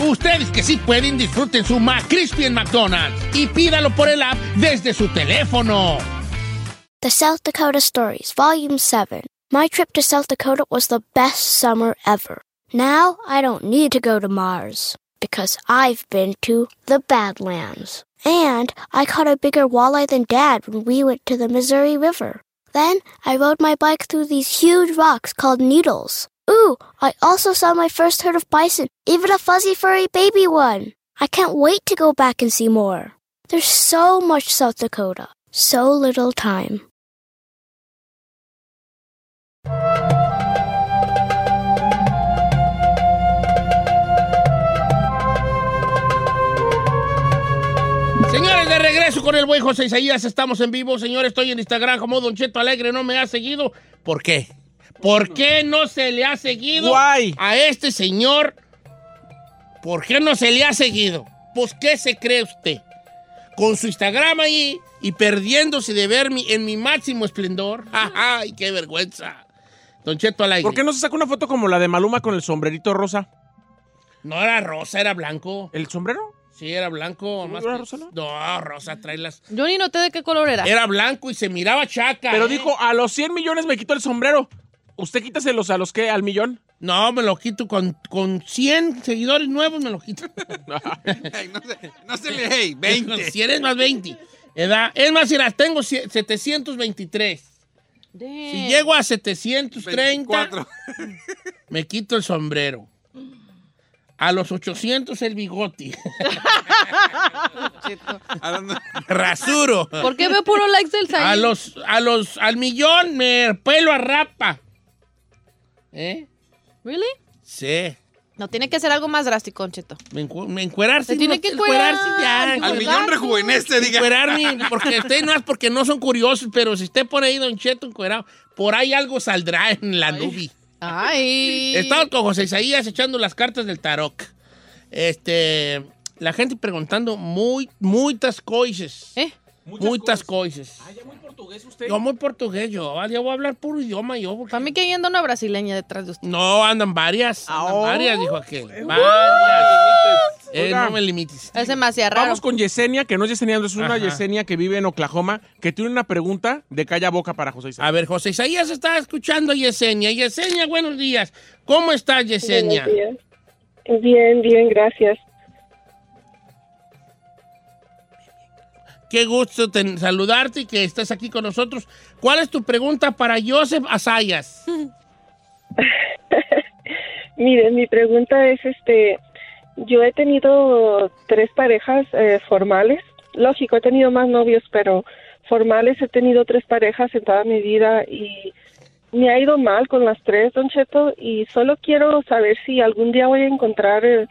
Speaker 1: Ustedes que sí pueden, disfruten su McCrispy en McDonald's y pídalo por el app desde su teléfono.
Speaker 12: The South Dakota Stories, Volume 7. My trip to South Dakota was the best summer ever. Now I don't need to go to Mars because I've been to the Badlands. And I caught a bigger walleye than Dad when we went to the Missouri River. Then I rode my bike through these huge rocks called needles. Ooh, I also saw my first herd of bison, even a fuzzy furry baby one. I can't wait to go back and see more. There's so much South Dakota, so little time.
Speaker 1: Señores, de regreso con el buen José Isaías, estamos en vivo. Señores, estoy en Instagram como Don Cheto Alegre, no me ha seguido. ¿Por qué? ¿Por qué no se le ha seguido
Speaker 2: Guay.
Speaker 1: a este señor? ¿Por qué no se le ha seguido? Pues, ¿qué se cree usted? Con su Instagram ahí y perdiéndose de ver mi- en mi máximo esplendor. [LAUGHS] ¡Ay, qué vergüenza! Don Cheto al aire.
Speaker 2: ¿Por qué no se saca una foto como la de Maluma con el sombrerito rosa?
Speaker 1: No era rosa, era blanco.
Speaker 2: ¿El sombrero?
Speaker 1: Sí, era blanco. más que- no, rosa, trae las...
Speaker 3: Yo ni noté de qué color era.
Speaker 1: Era blanco y se miraba chaca.
Speaker 2: Pero
Speaker 1: ¿eh?
Speaker 2: dijo, a los 100 millones me quito el sombrero. ¿Usted quítaselos a los que al millón?
Speaker 1: No, me lo quito con, con 100 seguidores nuevos, me lo quito.
Speaker 9: No se le. Hey, 20.
Speaker 1: Si eres más 20. ¿Edad? Es más, si las tengo sie- 723.
Speaker 3: Eh.
Speaker 1: Si llego a 730, me quito el sombrero. A los 800 el bigote. Rasuro.
Speaker 3: ¿Por qué veo puro likes del Saí?
Speaker 1: A los, a los, al millón me pelo a rapa. ¿Eh?
Speaker 3: ¿Really?
Speaker 1: Sí.
Speaker 3: No, tiene que ser algo más drástico, Don Cheto.
Speaker 1: Me, encu- me encuerarse.
Speaker 3: Se tiene
Speaker 1: no-
Speaker 3: que encuerar,
Speaker 1: ya.
Speaker 3: Al millón
Speaker 9: rejuvenece, diga.
Speaker 3: [LAUGHS]
Speaker 1: Encuerarme, porque usted no es porque no son curiosos, pero si usted pone ahí Don Cheto encuerado, por ahí algo saldrá en la nube.
Speaker 3: Ay.
Speaker 1: Estaba con José Isaías echando las cartas del tarot. Este, la gente preguntando muy, muchas cosas.
Speaker 3: ¿Eh?
Speaker 1: Muchas cosas. Yo muy portugués, yo, ah, yo voy a hablar puro idioma yo. Porque...
Speaker 3: Para mí que ahí anda una brasileña detrás de usted.
Speaker 1: No, andan varias. andan
Speaker 3: oh.
Speaker 1: varias, dijo aquel.
Speaker 3: Uh.
Speaker 1: Varias. Eh,
Speaker 2: Oiga.
Speaker 1: no me limites.
Speaker 3: Es demasiado raro.
Speaker 2: Vamos con Yesenia, que no es Yesenia, es una
Speaker 1: Ajá.
Speaker 2: Yesenia que vive en Oklahoma, que tiene una pregunta de calla boca para José Isaac.
Speaker 1: A ver, José Isaías está escuchando a Yesenia. Yesenia, buenos días. ¿Cómo estás, Yesenia?
Speaker 13: Buenos días. Bien, bien, gracias.
Speaker 1: Qué gusto ten- saludarte y que estés aquí con nosotros. ¿Cuál es tu pregunta para Joseph
Speaker 3: [LAUGHS]
Speaker 1: Asayas?
Speaker 13: Mire, mi pregunta es, este, yo he tenido tres parejas eh, formales. Lógico, he tenido más novios, pero formales he tenido tres parejas en toda mi vida y me ha ido mal con las tres, Don Cheto, y solo quiero saber si algún día voy a encontrar eh,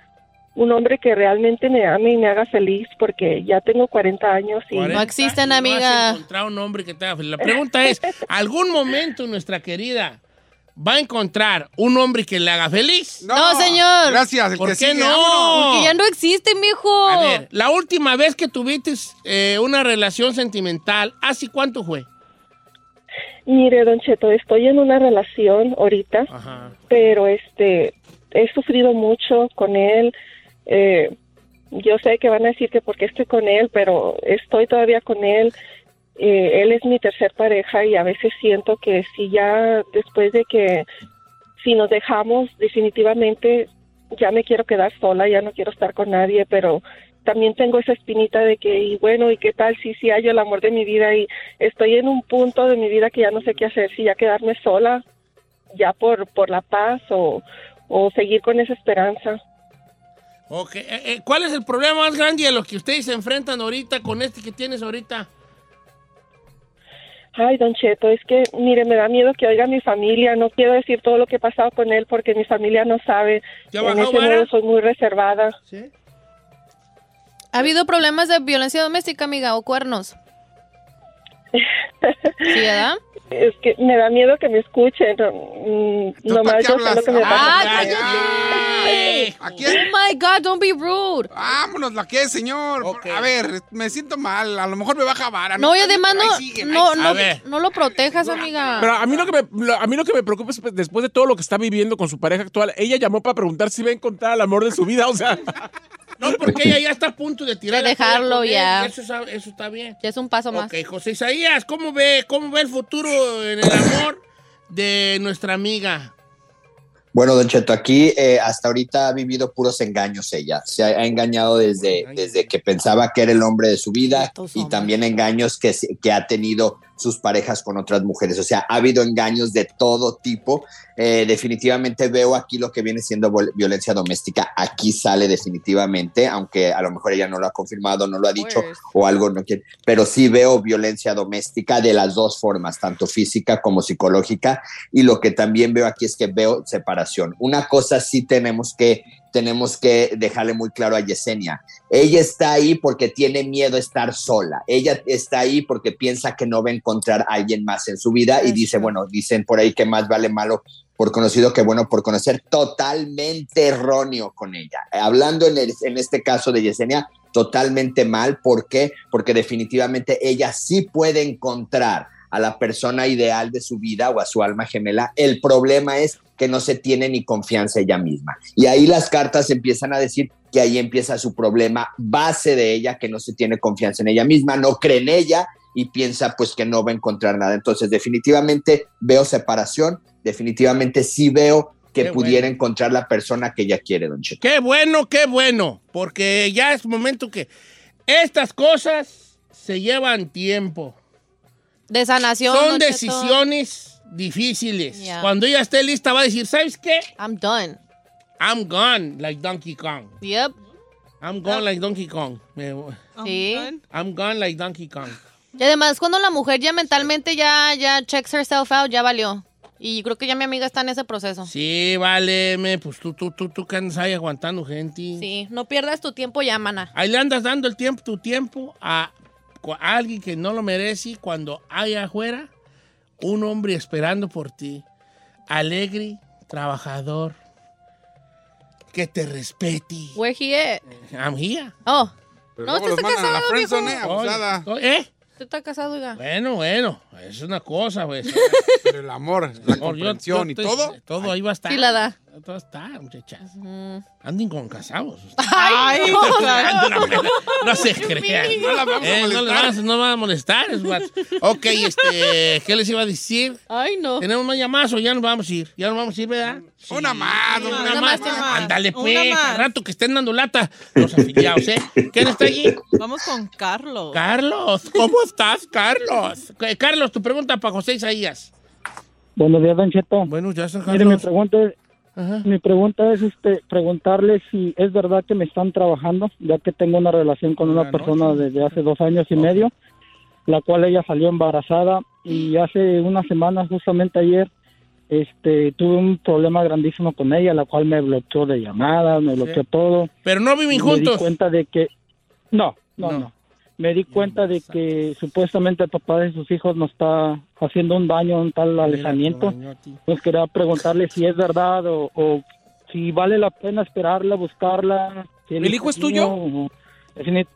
Speaker 13: un hombre que realmente me ame y me haga feliz, porque ya tengo 40 años y...
Speaker 1: Cuarenta
Speaker 3: existen,
Speaker 1: y No
Speaker 3: amiga.
Speaker 1: has encontrado un hombre que te haga feliz. La pregunta es, ¿algún momento nuestra querida va a encontrar un hombre que le haga feliz?
Speaker 3: No, señor.
Speaker 9: Gracias, el
Speaker 1: ¿Por
Speaker 9: que
Speaker 1: qué
Speaker 9: sigue,
Speaker 1: no?
Speaker 9: vámonos.
Speaker 3: Porque ya no existe, mijo.
Speaker 1: A ver, la última vez que tuviste eh, una relación sentimental, ¿así cuánto fue?
Speaker 13: Mire, Don Cheto, estoy en una relación ahorita, pero este, he sufrido mucho con él. Eh, yo sé que van a decir que porque estoy con él, pero estoy todavía con él. Eh, él es mi tercer pareja y a veces siento que si ya después de que si nos dejamos definitivamente ya me quiero quedar sola, ya no quiero estar con nadie, pero también tengo esa espinita de que, y bueno, ¿y qué tal si sí hay el amor de mi vida? Y estoy en un punto de mi vida que ya no sé qué hacer, si ya quedarme sola, ya por, por la paz o, o seguir con esa esperanza.
Speaker 1: Ok, eh, eh, ¿Cuál es el problema más grande de los que ustedes se enfrentan ahorita con este que tienes ahorita?
Speaker 13: Ay, don Cheto, es que, mire, me da miedo que oiga mi familia. No quiero decir todo lo que he pasado con él porque mi familia no sabe.
Speaker 1: ¿Ya
Speaker 13: en
Speaker 1: bajó,
Speaker 13: ese
Speaker 1: Mara?
Speaker 13: modo soy muy reservada.
Speaker 3: ¿Ha habido problemas de violencia doméstica, amiga, o cuernos? ¿Sí, verdad?
Speaker 13: Es que me da miedo que me escuchen. No, mm, nomás yo sé lo que me pasa.
Speaker 3: ¡Ah, cállate! Oh my God, don't be rude.
Speaker 9: Vámonos, la que es, señor. A ver, me siento mal. A lo mejor me baja vara.
Speaker 3: No, y además
Speaker 9: Pero ahí
Speaker 3: no,
Speaker 9: siguen, ahí
Speaker 3: no,
Speaker 9: siguen.
Speaker 3: no, no lo protejas, amiga.
Speaker 2: Ah. Pero a mí, lo que me, lo- a mí lo que me preocupa es pues, después de todo lo que está viviendo con su pareja actual, ella llamó para preguntar si va a encontrar al amor de su vida, o sea...
Speaker 1: No, porque ella ya está a punto de tirar.
Speaker 3: De
Speaker 1: la toalla
Speaker 3: dejarlo
Speaker 1: con él,
Speaker 3: ya.
Speaker 1: Eso, sa- eso está bien.
Speaker 3: Ya es un paso más.
Speaker 1: Ok, José Isaías, ¿cómo ve, ¿cómo ve el futuro en el amor de nuestra amiga?
Speaker 7: Bueno, Don Cheto, aquí eh, hasta ahorita ha vivido puros engaños ella. Se ha, ha engañado desde, desde que pensaba que era el hombre de su vida y también engaños que, se- que ha tenido sus parejas con otras mujeres. O sea, ha habido engaños de todo tipo. Eh, definitivamente veo aquí lo que viene siendo vol- violencia doméstica. Aquí sale definitivamente, aunque a lo mejor ella no lo ha confirmado, no lo ha dicho o algo no quiere. Pero sí veo violencia doméstica de las dos formas, tanto física como psicológica. Y lo que también veo aquí es que veo separación. Una cosa sí tenemos que tenemos que dejarle muy claro a Yesenia. Ella está ahí porque tiene miedo a estar sola. Ella está ahí porque piensa que no va a encontrar a alguien más en su vida y dice, bueno, dicen por ahí que más vale malo por conocido que bueno por conocer. Totalmente erróneo con ella. Eh, Hablando en, el- en este caso de Yesenia, totalmente mal. ¿Por qué? Porque definitivamente ella sí puede encontrar a la persona ideal de su vida o a su alma gemela. El problema es que no se tiene ni confianza ella misma. Y ahí las cartas empiezan a decir que ahí empieza su problema base de ella, que no se tiene confianza en ella misma, no cree en ella y piensa pues que no va a encontrar nada. Entonces definitivamente veo separación, definitivamente sí veo que
Speaker 1: Qué
Speaker 7: pudiera encontrar la persona que ella quiere, don Cheto.
Speaker 1: Qué bueno, qué bueno, porque ya es momento que estas cosas se llevan tiempo.
Speaker 3: De sanación.
Speaker 1: Son
Speaker 3: Don Cheto.
Speaker 1: decisiones difíciles.
Speaker 3: Yeah.
Speaker 1: Cuando ella esté lista va a decir, ¿sabes qué?
Speaker 3: I'm done.
Speaker 1: I'm gone like Donkey Kong.
Speaker 3: Yep.
Speaker 1: I'm gone like Donkey Kong. Me voy.
Speaker 3: Sí.
Speaker 1: I'm gone like Donkey Kong.
Speaker 3: Y además, cuando la mujer ya mentalmente ya, ya checks herself out, ya valió. Y creo que ya mi amiga está en ese proceso.
Speaker 1: Sí, vale, me, pues tú, tú, tú, tú que andas ahí aguantando gente.
Speaker 3: Sí, no pierdas tu tiempo ya, mana.
Speaker 1: Ahí le andas dando el tiempo, tu tiempo a, cu- a alguien que no lo merece cuando hay afuera un hombre esperando por ti, alegre, trabajador, que te respete.
Speaker 3: Where he at?
Speaker 1: I'm here.
Speaker 3: Oh.
Speaker 1: Pero
Speaker 3: eh. no,
Speaker 1: luego
Speaker 3: usted
Speaker 1: los
Speaker 3: está
Speaker 1: mandan a la
Speaker 3: casado,
Speaker 1: friendzone,
Speaker 3: viejo.
Speaker 1: eh, abusada. Oye, ¿eh?
Speaker 3: Usted está casado, oiga.
Speaker 1: Bueno, bueno, es una cosa, pues.
Speaker 9: Pero el amor, la comprensión y todo.
Speaker 1: Todo ahí va a estar.
Speaker 3: Sí la da.
Speaker 1: Todo está, muchachas. Anden con casados.
Speaker 3: Ay,
Speaker 9: [LAUGHS]
Speaker 1: Ay,
Speaker 3: no.
Speaker 1: no, no, no se crean.
Speaker 9: humillo. No la vamos a
Speaker 1: Eh, no les
Speaker 9: molestar.
Speaker 1: van a- no van a molestar. es what- ok, este, ¿qué les iba a decir?
Speaker 3: Ay, no.
Speaker 1: ¿Tenemos más llamadas o ya nos vamos a ir? ¿Ya nos vamos a ir, verdad? Una más,
Speaker 9: una
Speaker 1: una
Speaker 9: más,
Speaker 1: más.
Speaker 9: una más.
Speaker 1: Ándale,
Speaker 9: Una
Speaker 1: pues,
Speaker 9: más.
Speaker 1: al rato que estén dando lata los afiliados, ¿eh? ¿Quién está allí?
Speaker 14: Vamos con Carlos.
Speaker 1: Carlos, ¿cómo estás, Carlos? Eh, Carlos, tu pregunta para José Isaías.
Speaker 15: Buenos días, Don Cheto.
Speaker 1: Bueno, ya está,
Speaker 15: Mire, mi pregunta es, mi pregunta es este, preguntarle si es verdad que me están trabajando, ya que tengo una relación con una persona desde hace dos años y medio, la cual ella salió embarazada y hace una semana, justamente ayer, este, tuve un problema grandísimo con ella, la cual me bloqueó de llamadas, me bloqueó todo.
Speaker 1: Pero no viven
Speaker 15: Me
Speaker 1: juntos.
Speaker 15: di cuenta de que, no, no,
Speaker 1: No.
Speaker 15: no. Me di cuenta de que supuestamente el papá de sus hijos nos está haciendo un daño, un tal alejamiento. Pues quería preguntarle si es verdad o, o si vale la pena esperarla, buscarla. si
Speaker 2: ¿El hijo es tuyo?
Speaker 15: mío, o- es, e,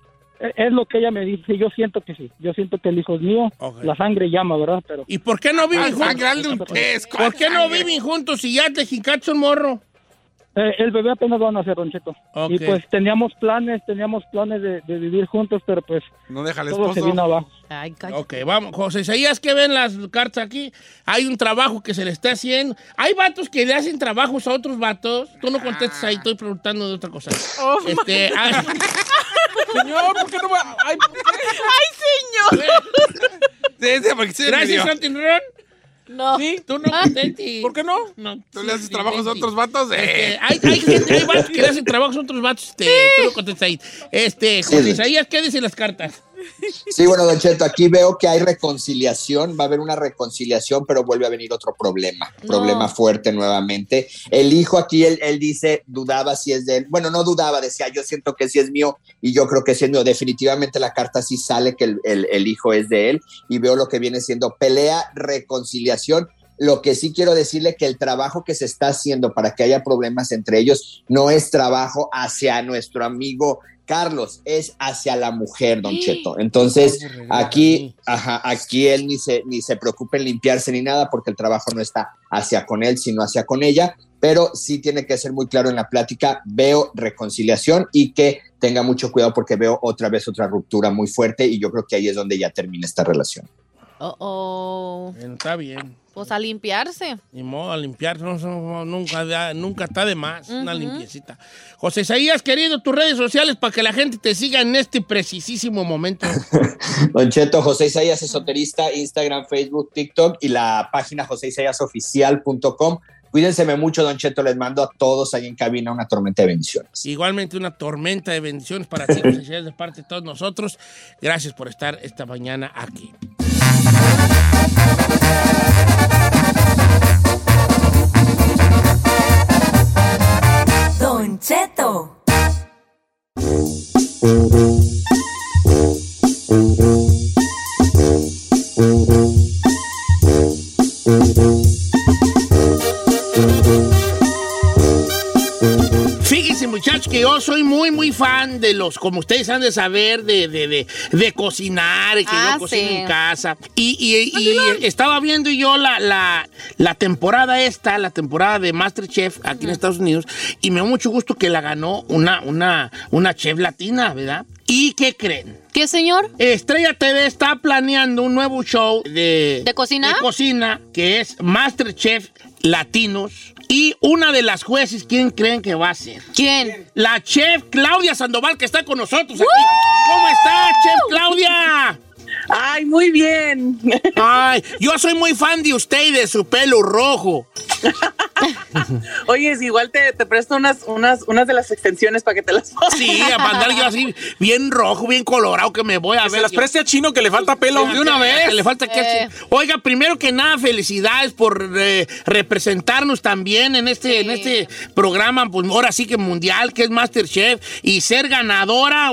Speaker 15: es lo que ella me dice. Yo siento que sí. Yo siento que el hijo es mío. La sangre llama, ¿verdad? Pero Ah,
Speaker 1: ¿Y por qué no
Speaker 9: Ah,
Speaker 1: viven juntos?
Speaker 15: pesco.
Speaker 1: ¿Por qué no viven juntos si ya te jincaste un morro?
Speaker 15: eh, el bebé apenas lo van a hacer, Don Cheto.
Speaker 1: Ok.
Speaker 15: Y pues teníamos planes, teníamos planes de, de vivir juntos, pero pues
Speaker 9: No deja al
Speaker 15: todo se
Speaker 9: esposo.
Speaker 15: vino abajo.
Speaker 1: Ok, vamos, José Isaías, que ven las cartas aquí, hay un trabajo que se le está haciendo. Hay vatos que le hacen trabajos a otros vatos. Tú no contestas ahí, estoy preguntando de otra cosa.
Speaker 10: Oh, my
Speaker 1: este, hay,
Speaker 2: Señor, ¿por qué no va? Ay,
Speaker 3: ¡Ay, señor!
Speaker 1: Gracias, Santi Ron.
Speaker 3: No. Ah.
Speaker 1: ¿Sí? ¿Tú no contenti. ¿Por
Speaker 2: qué no?
Speaker 1: No.
Speaker 9: ¿Tú le haces trabajos a otros vatos?
Speaker 1: Este,
Speaker 9: Eh.
Speaker 1: hay, hay gente, hay vatos que le hacen trabajos a otros vatos. Este, Tú no contestas ahí. Este,
Speaker 7: Sí,
Speaker 1: José
Speaker 7: sí.
Speaker 1: Isaías, ¿qué dicen las cartas?
Speaker 7: Sí, bueno, Don Cheto, aquí veo que hay reconciliación, va a haber una reconciliación, pero vuelve a venir otro problema,
Speaker 3: No.
Speaker 7: problema fuerte nuevamente. El hijo aquí, él, él dice, dudaba si es de él, bueno, no dudaba, decía, yo siento que sí es mío y yo creo que sí es mío. Definitivamente la carta sí sale que el, el- el hijo es de él y veo lo que viene siendo pelea, reconciliación. Lo que sí quiero decirle que el trabajo que se está haciendo para que haya problemas entre ellos no es trabajo hacia nuestro amigo Carlos, es hacia la mujer, don Cheto. Entonces, aquí, ajá, aquí él ni se, ni se preocupe en limpiarse ni nada porque el trabajo no está hacia con él, sino hacia con ella, pero sí tiene que ser muy claro en la plática, veo reconciliación y que tenga mucho cuidado porque veo otra vez otra ruptura muy fuerte y yo creo que ahí es donde ya termina esta relación.
Speaker 3: Oh, oh.
Speaker 1: Bueno, está bien.
Speaker 3: Pues a limpiarse.
Speaker 1: Ni modo, a limpiar, no, no, nunca, da- nunca está de más una
Speaker 3: Ujú.
Speaker 1: limpiecita. José Isaías, querido, tus redes sociales para que la gente te siga en este precisísimo momento.
Speaker 7: Don Cheto, José Isaías Esoterista, Instagram, Facebook, TikTok y la página joseisaiasoficial.com. Cuídense mucho, Don Cheto, les mando a todos ahí en cabina una tormenta de bendiciones.
Speaker 1: Igualmente una tormenta de bendiciones para ti, José Isaías, de parte de todos nosotros. Gracias por estar esta mañana aquí.
Speaker 5: Don Cheto.
Speaker 1: Fíjense, muchachos, que yo soy muy, muy fan de los, como ustedes han de saber, de, de, de, de cocinar, que
Speaker 3: Ah,
Speaker 1: yo cocino
Speaker 3: sí.
Speaker 1: en casa. Y, y- y estaba viendo yo la, la, la temporada esta, la temporada de Masterchef aquí en Estados Unidos, y me dio mucho gusto que la ganó una, una, una chef latina, ¿verdad? ¿Y qué creen?
Speaker 3: ¿Qué, señor?
Speaker 1: Estrella TV está planeando un nuevo show de,
Speaker 3: ¿De cocina?
Speaker 1: de cocina que es Masterchef Latinos. Y una de las jueces, ¿quién creen que va a ser?
Speaker 3: ¿Quién?
Speaker 1: La chef Claudia Sandoval, que está con nosotros aquí. ¿Cómo está, chef Claudia?
Speaker 14: Ay, muy bien.
Speaker 1: Ay, yo soy muy fan de usted y de su pelo rojo.
Speaker 14: [LAUGHS] Oye, es igual te, te presto unas, unas, unas de las extensiones para que te las pongas.
Speaker 1: Sí, para andar yo así, bien rojo, bien colorado, que me voy a
Speaker 2: que
Speaker 1: ver.
Speaker 2: se las
Speaker 1: yo.
Speaker 2: preste a Chino que le falta pelo.
Speaker 1: Pues, De una vez. Le falta que
Speaker 3: Eh.
Speaker 1: Oiga, primero que nada, felicidades por eh, representarnos también en este, en este programa, pues ahora sí que mundial, que es Masterchef, y ser ganadora.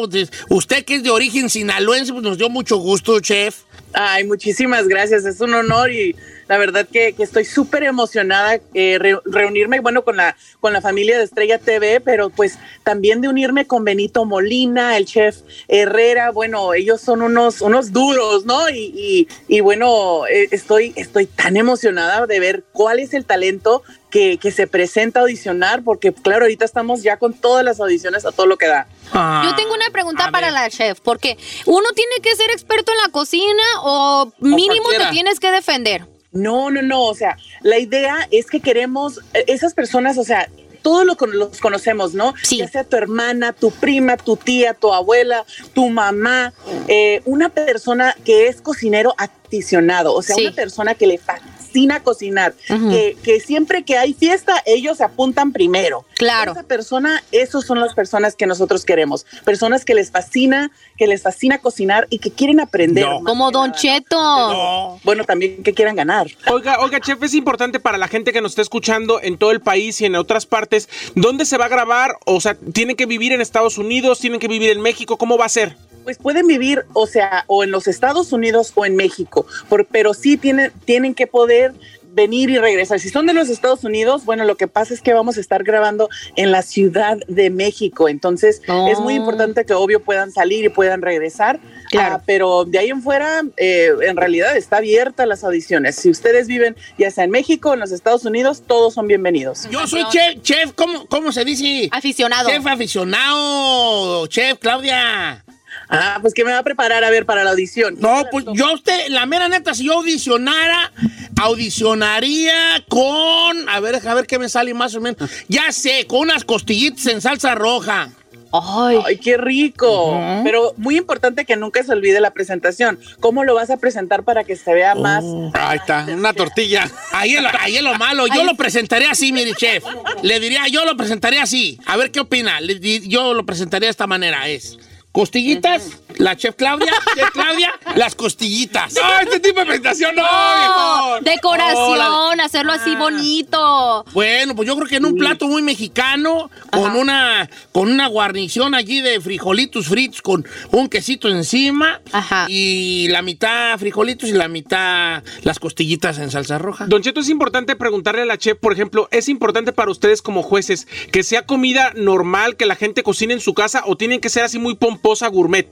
Speaker 1: Usted que es de origen sinaloense, pues nos dio mucho gusto, chef.
Speaker 14: Ay, muchísimas gracias. Es un honor y la verdad que, que estoy súper emocionada eh, re- reunirme, bueno, con la, con la familia de Estrella TV, pero pues también de unirme con Benito Molina, el chef Herrera. Bueno, ellos son unos, unos duros, ¿no? Y, y- y bueno, eh, estoy, estoy tan emocionada de ver cuál es el talento que, que se presenta a audicionar, porque claro, ahorita estamos ya con todas las audiciones a todo lo que da.
Speaker 1: Ah.
Speaker 3: Yo tengo una pregunta para la chef, porque uno tiene que ser experto en la cocina o mínimo te
Speaker 14: cualquiera.
Speaker 3: tienes que defender.
Speaker 14: No, no, no. O sea, la idea es que queremos eh, esas personas, o sea, todos lo, con- los conocemos, ¿no? Ya sea tu hermana, tu prima, tu tía, tu abuela, tu mamá, eh, una persona que es cocinero aficionado, o sea,
Speaker 3: Sí.
Speaker 14: una persona que le fascina cocinar,
Speaker 3: Ujú.
Speaker 14: que, que siempre que hay fiesta, ellos se apuntan primero.
Speaker 3: Claro.
Speaker 14: Esa persona, esos son las personas que nosotros queremos, personas que les fascina, que les fascina cocinar y que quieren aprender. más
Speaker 3: Como
Speaker 14: que
Speaker 3: Don
Speaker 14: nada, ¿no?
Speaker 3: Cheto.
Speaker 14: Bueno, también que quieran ganar.
Speaker 2: Oiga, oiga, chef, es importante para la gente que nos está escuchando en todo el país y en otras partes, ¿dónde se va a grabar? O sea, ¿tienen que vivir en Estados Unidos? ¿Tienen que vivir en México? ¿Cómo va a ser?
Speaker 14: Pues pueden vivir, o sea, o en los Estados Unidos o en México, por- pero sí tienen, tienen que poder venir y regresar. Si son de los Estados Unidos, bueno, lo que pasa es que vamos a estar grabando en la Ciudad de México, entonces es muy importante que obvio puedan salir y puedan regresar,
Speaker 3: Claro.
Speaker 14: Ah, pero de ahí en fuera, eh, en realidad está abierta las audiciones. Si ustedes viven ya sea en México o en los Estados Unidos, todos son bienvenidos.
Speaker 1: Yo soy chef, chef, ¿cómo, cómo se dice?
Speaker 3: Aficionado.
Speaker 1: Chef aficionado, chef Claudia.
Speaker 14: Ah, pues que me va a preparar a ver para la audición.
Speaker 1: No, pues yo a usted, la mera neta, si yo audicionara, audicionaría con, a ver, a ver qué me sale más o menos. Ya sé, con unas costillitas en salsa roja.
Speaker 14: Ay, qué rico. Pero muy importante que nunca se olvide la presentación. ¿Cómo lo vas a presentar para que se vea más?
Speaker 9: Ahí está, una tortilla.
Speaker 1: Ahí es, lo, ahí es lo malo. Yo lo presentaré así, mire, chef. Le diría, yo lo presentaré así. A ver qué opina. Le di- yo lo presentaré de esta manera. Es costillitas, la chef [LAUGHS] Claudia, chef Claudia, las costillitas. No, este tipo de presentación no, Ah.
Speaker 3: Decoración, hacerlo así bonito.
Speaker 1: Bueno, pues yo creo que en un plato muy mexicano, con una, con una guarnición allí de frijolitos fritos con un quesito encima y la mitad frijolitos y la mitad las costillitas en salsa roja.
Speaker 2: Don Cheto, es importante preguntarle a la chef, por ejemplo, ¿es importante para ustedes como jueces que sea comida normal, que la gente cocine en su casa o tienen que ser así muy pomposa gourmet?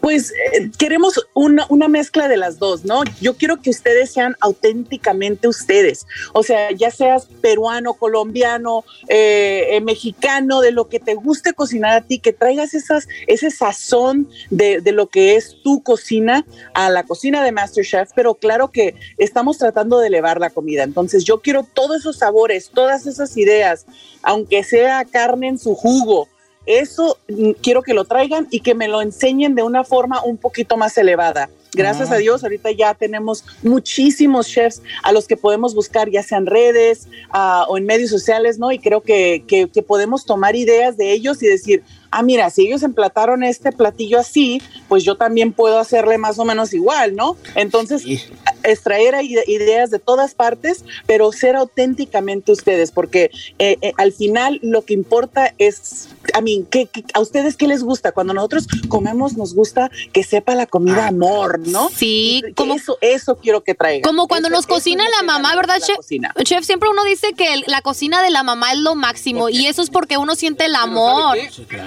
Speaker 14: Pues eh, queremos una, una mezcla de las dos, ¿no? Yo quiero que ustedes sean auténticamente ustedes. O sea, ya seas peruano, colombiano, eh, eh, mexicano, de lo que te guste cocinar a ti, que traigas esas, ese sazón de, de lo que es tu cocina a la cocina de MasterChef, pero claro que estamos tratando de elevar la comida. Entonces, yo quiero todos esos sabores, todas esas ideas, aunque sea carne en su jugo. Eso mm, quiero que lo traigan y que me lo enseñen de una forma un poquito más elevada. Gracias
Speaker 9: Ah.
Speaker 14: a Dios, ahorita ya tenemos muchísimos chefs a los que podemos buscar, ya sean redes ah, o en medios sociales, ¿no? Y creo que, que- que podemos tomar ideas de ellos y decir, ah, mira, si ellos emplataron este platillo así, pues yo también puedo hacerle más o menos igual, ¿no? Entonces, extraer ahí ideas de todas partes, pero ser auténticamente ustedes, porque eh, eh, al final lo que importa es, a mí, ¿qué- qué- ¿a ustedes qué les gusta? Cuando nosotros comemos, nos gusta que sepa la comida amor, ¿no?
Speaker 3: Sí,
Speaker 14: como eso, eso quiero que traigan.
Speaker 3: Como cuando
Speaker 14: Eso-
Speaker 3: nos
Speaker 14: eso es
Speaker 3: cocina
Speaker 14: lo
Speaker 3: la
Speaker 14: que
Speaker 3: mamá,
Speaker 14: ganamos
Speaker 3: ¿verdad,
Speaker 14: la
Speaker 3: chef?
Speaker 14: cocina.
Speaker 3: Chef, siempre uno dice que el- la cocina de la mamá es lo máximo y eso es porque uno siente el amor.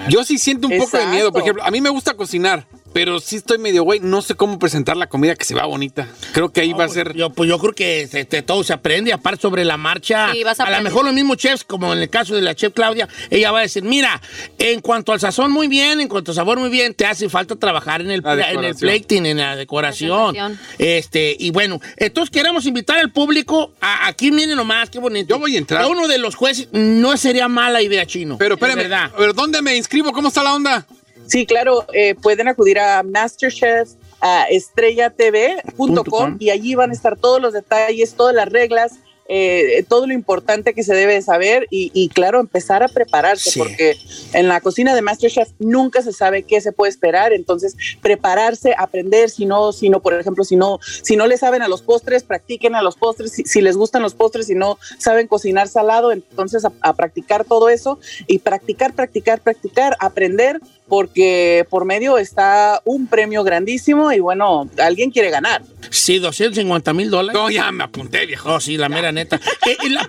Speaker 9: Yo sí siento un poco de
Speaker 3: Exacto.
Speaker 9: miedo. Por ejemplo, a mí me gusta cocinar, pero sí estoy medio güey. No sé cómo presentar la comida que se va bonita. Creo que ahí va a ser.
Speaker 1: Yo, pues yo creo que este, todo se aprende, aparte sobre la marcha.
Speaker 9: Sí, vas
Speaker 1: a lo
Speaker 9: aprendiendo.
Speaker 1: mejor los mismos chefs, como en el caso de la chef Claudia, ella va a decir, mira, en cuanto al sazón muy bien, en cuanto al sabor muy bien, te hace falta trabajar en el,
Speaker 9: La
Speaker 1: en el
Speaker 9: decoración.
Speaker 1: plating, en la decoración.
Speaker 9: Presentación.
Speaker 1: Este, y bueno, entonces queremos invitar al público a, aquí miren nomás, qué bonito. Yo voy a entrar. uno de los jueces no sería mala idea, Chino. Pero
Speaker 9: espérame, a ver, ¿dónde me inscribo? ¿Cómo está la onda?
Speaker 14: Sí, claro, eh, pueden acudir a MasterChef a estrellatv.com y allí van a estar todos los detalles, todas las reglas, eh, eh, todo lo importante que se debe de saber y, y, claro, empezar a prepararse
Speaker 16: Sí.
Speaker 14: porque en la cocina de MasterChef nunca se sabe qué se puede esperar, entonces prepararse, aprender, si no, si no, por ejemplo, si no, si no le saben a los postres, practiquen a los postres, si, si les gustan los postres, si no saben cocinar salado, entonces a, a practicar todo eso y practicar, practicar, practicar, aprender, porque por medio está un premio grandísimo y bueno, alguien quiere ganar.
Speaker 1: Sí, 250 mil dólares.
Speaker 9: No, ya me apunté, viejo.
Speaker 1: Oh, sí, la mera neta.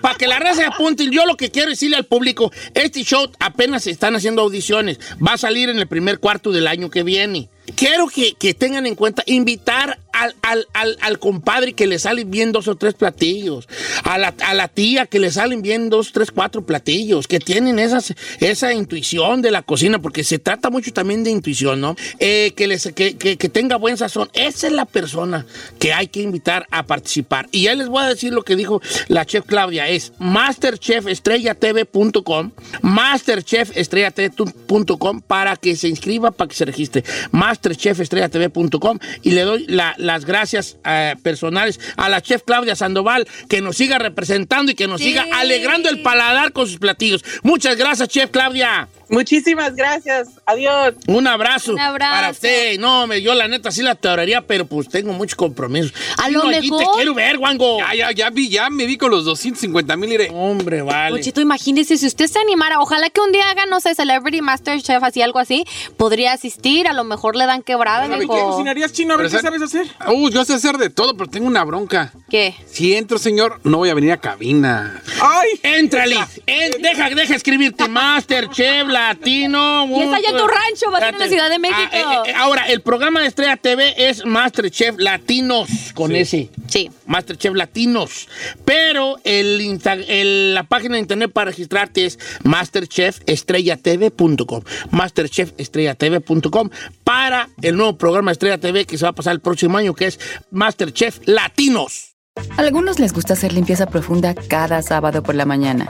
Speaker 1: para que la raza se apunte, yo lo que quiero decirle al público, este show apenas se están haciendo audiciones, va a salir en el primer cuarto del año que viene. Quiero que, que tengan en cuenta invitar al, al- al- al compadre que le salen bien dos o tres platillos, a la, a la tía que le salen bien dos, tres, cuatro platillos, que tienen esas, esa intuición de la cocina, porque se trata mucho también de intuición, ¿no? Eh, que, les, que, que- que tenga buen sazón. Esa es la persona que hay que invitar a participar. Y ya les voy a decir lo que dijo la chef Claudia, es masterchefestrellatv.com, masterchefestrellatv.com para que se inscriba, para que se registre, masterchefestrellatv.com y le doy la- las gracias eh, personales a la chef Claudia Sandoval que nos siga representando y que nos siga alegrando el paladar con sus platillos. Muchas gracias, chef Claudia.
Speaker 14: Muchísimas gracias. Adiós.
Speaker 1: Un abrazo,
Speaker 3: Un abrazo.
Speaker 1: para usted. No, me, yo la neta sí la teorearía, pero pues tengo muchos compromisos.
Speaker 3: A lo
Speaker 1: Chino, allí
Speaker 3: mejor-
Speaker 1: te quiero ver, Wango.
Speaker 9: Ya, ya, ya vi, ya me vi con los 250 mil.
Speaker 1: Hombre, vale.
Speaker 3: Don Cheto, imagínese, si usted se animara, ojalá que un día hagan, no sé, Celebrity Master Chef, así algo así, podría asistir, a lo mejor le dan quebrada.
Speaker 9: ¿Sabe
Speaker 3: dijo,
Speaker 9: qué?
Speaker 2: ¿Cocinarías chino? A ver,
Speaker 9: Pero
Speaker 2: ¿qué sabes hacer?
Speaker 9: Uh, yo sé hacer de todo, pero tengo una bronca.
Speaker 3: ¿Qué?
Speaker 9: Si entro, señor, no voy a venir a cabina.
Speaker 2: ¡Ay!
Speaker 1: Éntrale. En- deja, deja escribirte Master, Chef, Latino.
Speaker 3: Y está allá en tu rancho, va a ser en la Ciudad de México.
Speaker 1: Ah, eh, eh, ahora, el programa de Estrella TV es Masterchef Latinos, con ese.
Speaker 3: Sí.
Speaker 1: Masterchef Latinos. Pero el, insta- el- la página de internet para registrarte es masterchefestrellatv.com. Masterchefestrellatv.com para el nuevo programa Estrella TV que se va a pasar el próximo año, que es Masterchef Latinos.
Speaker 17: Algunos les gusta hacer limpieza profunda cada sábado por la mañana.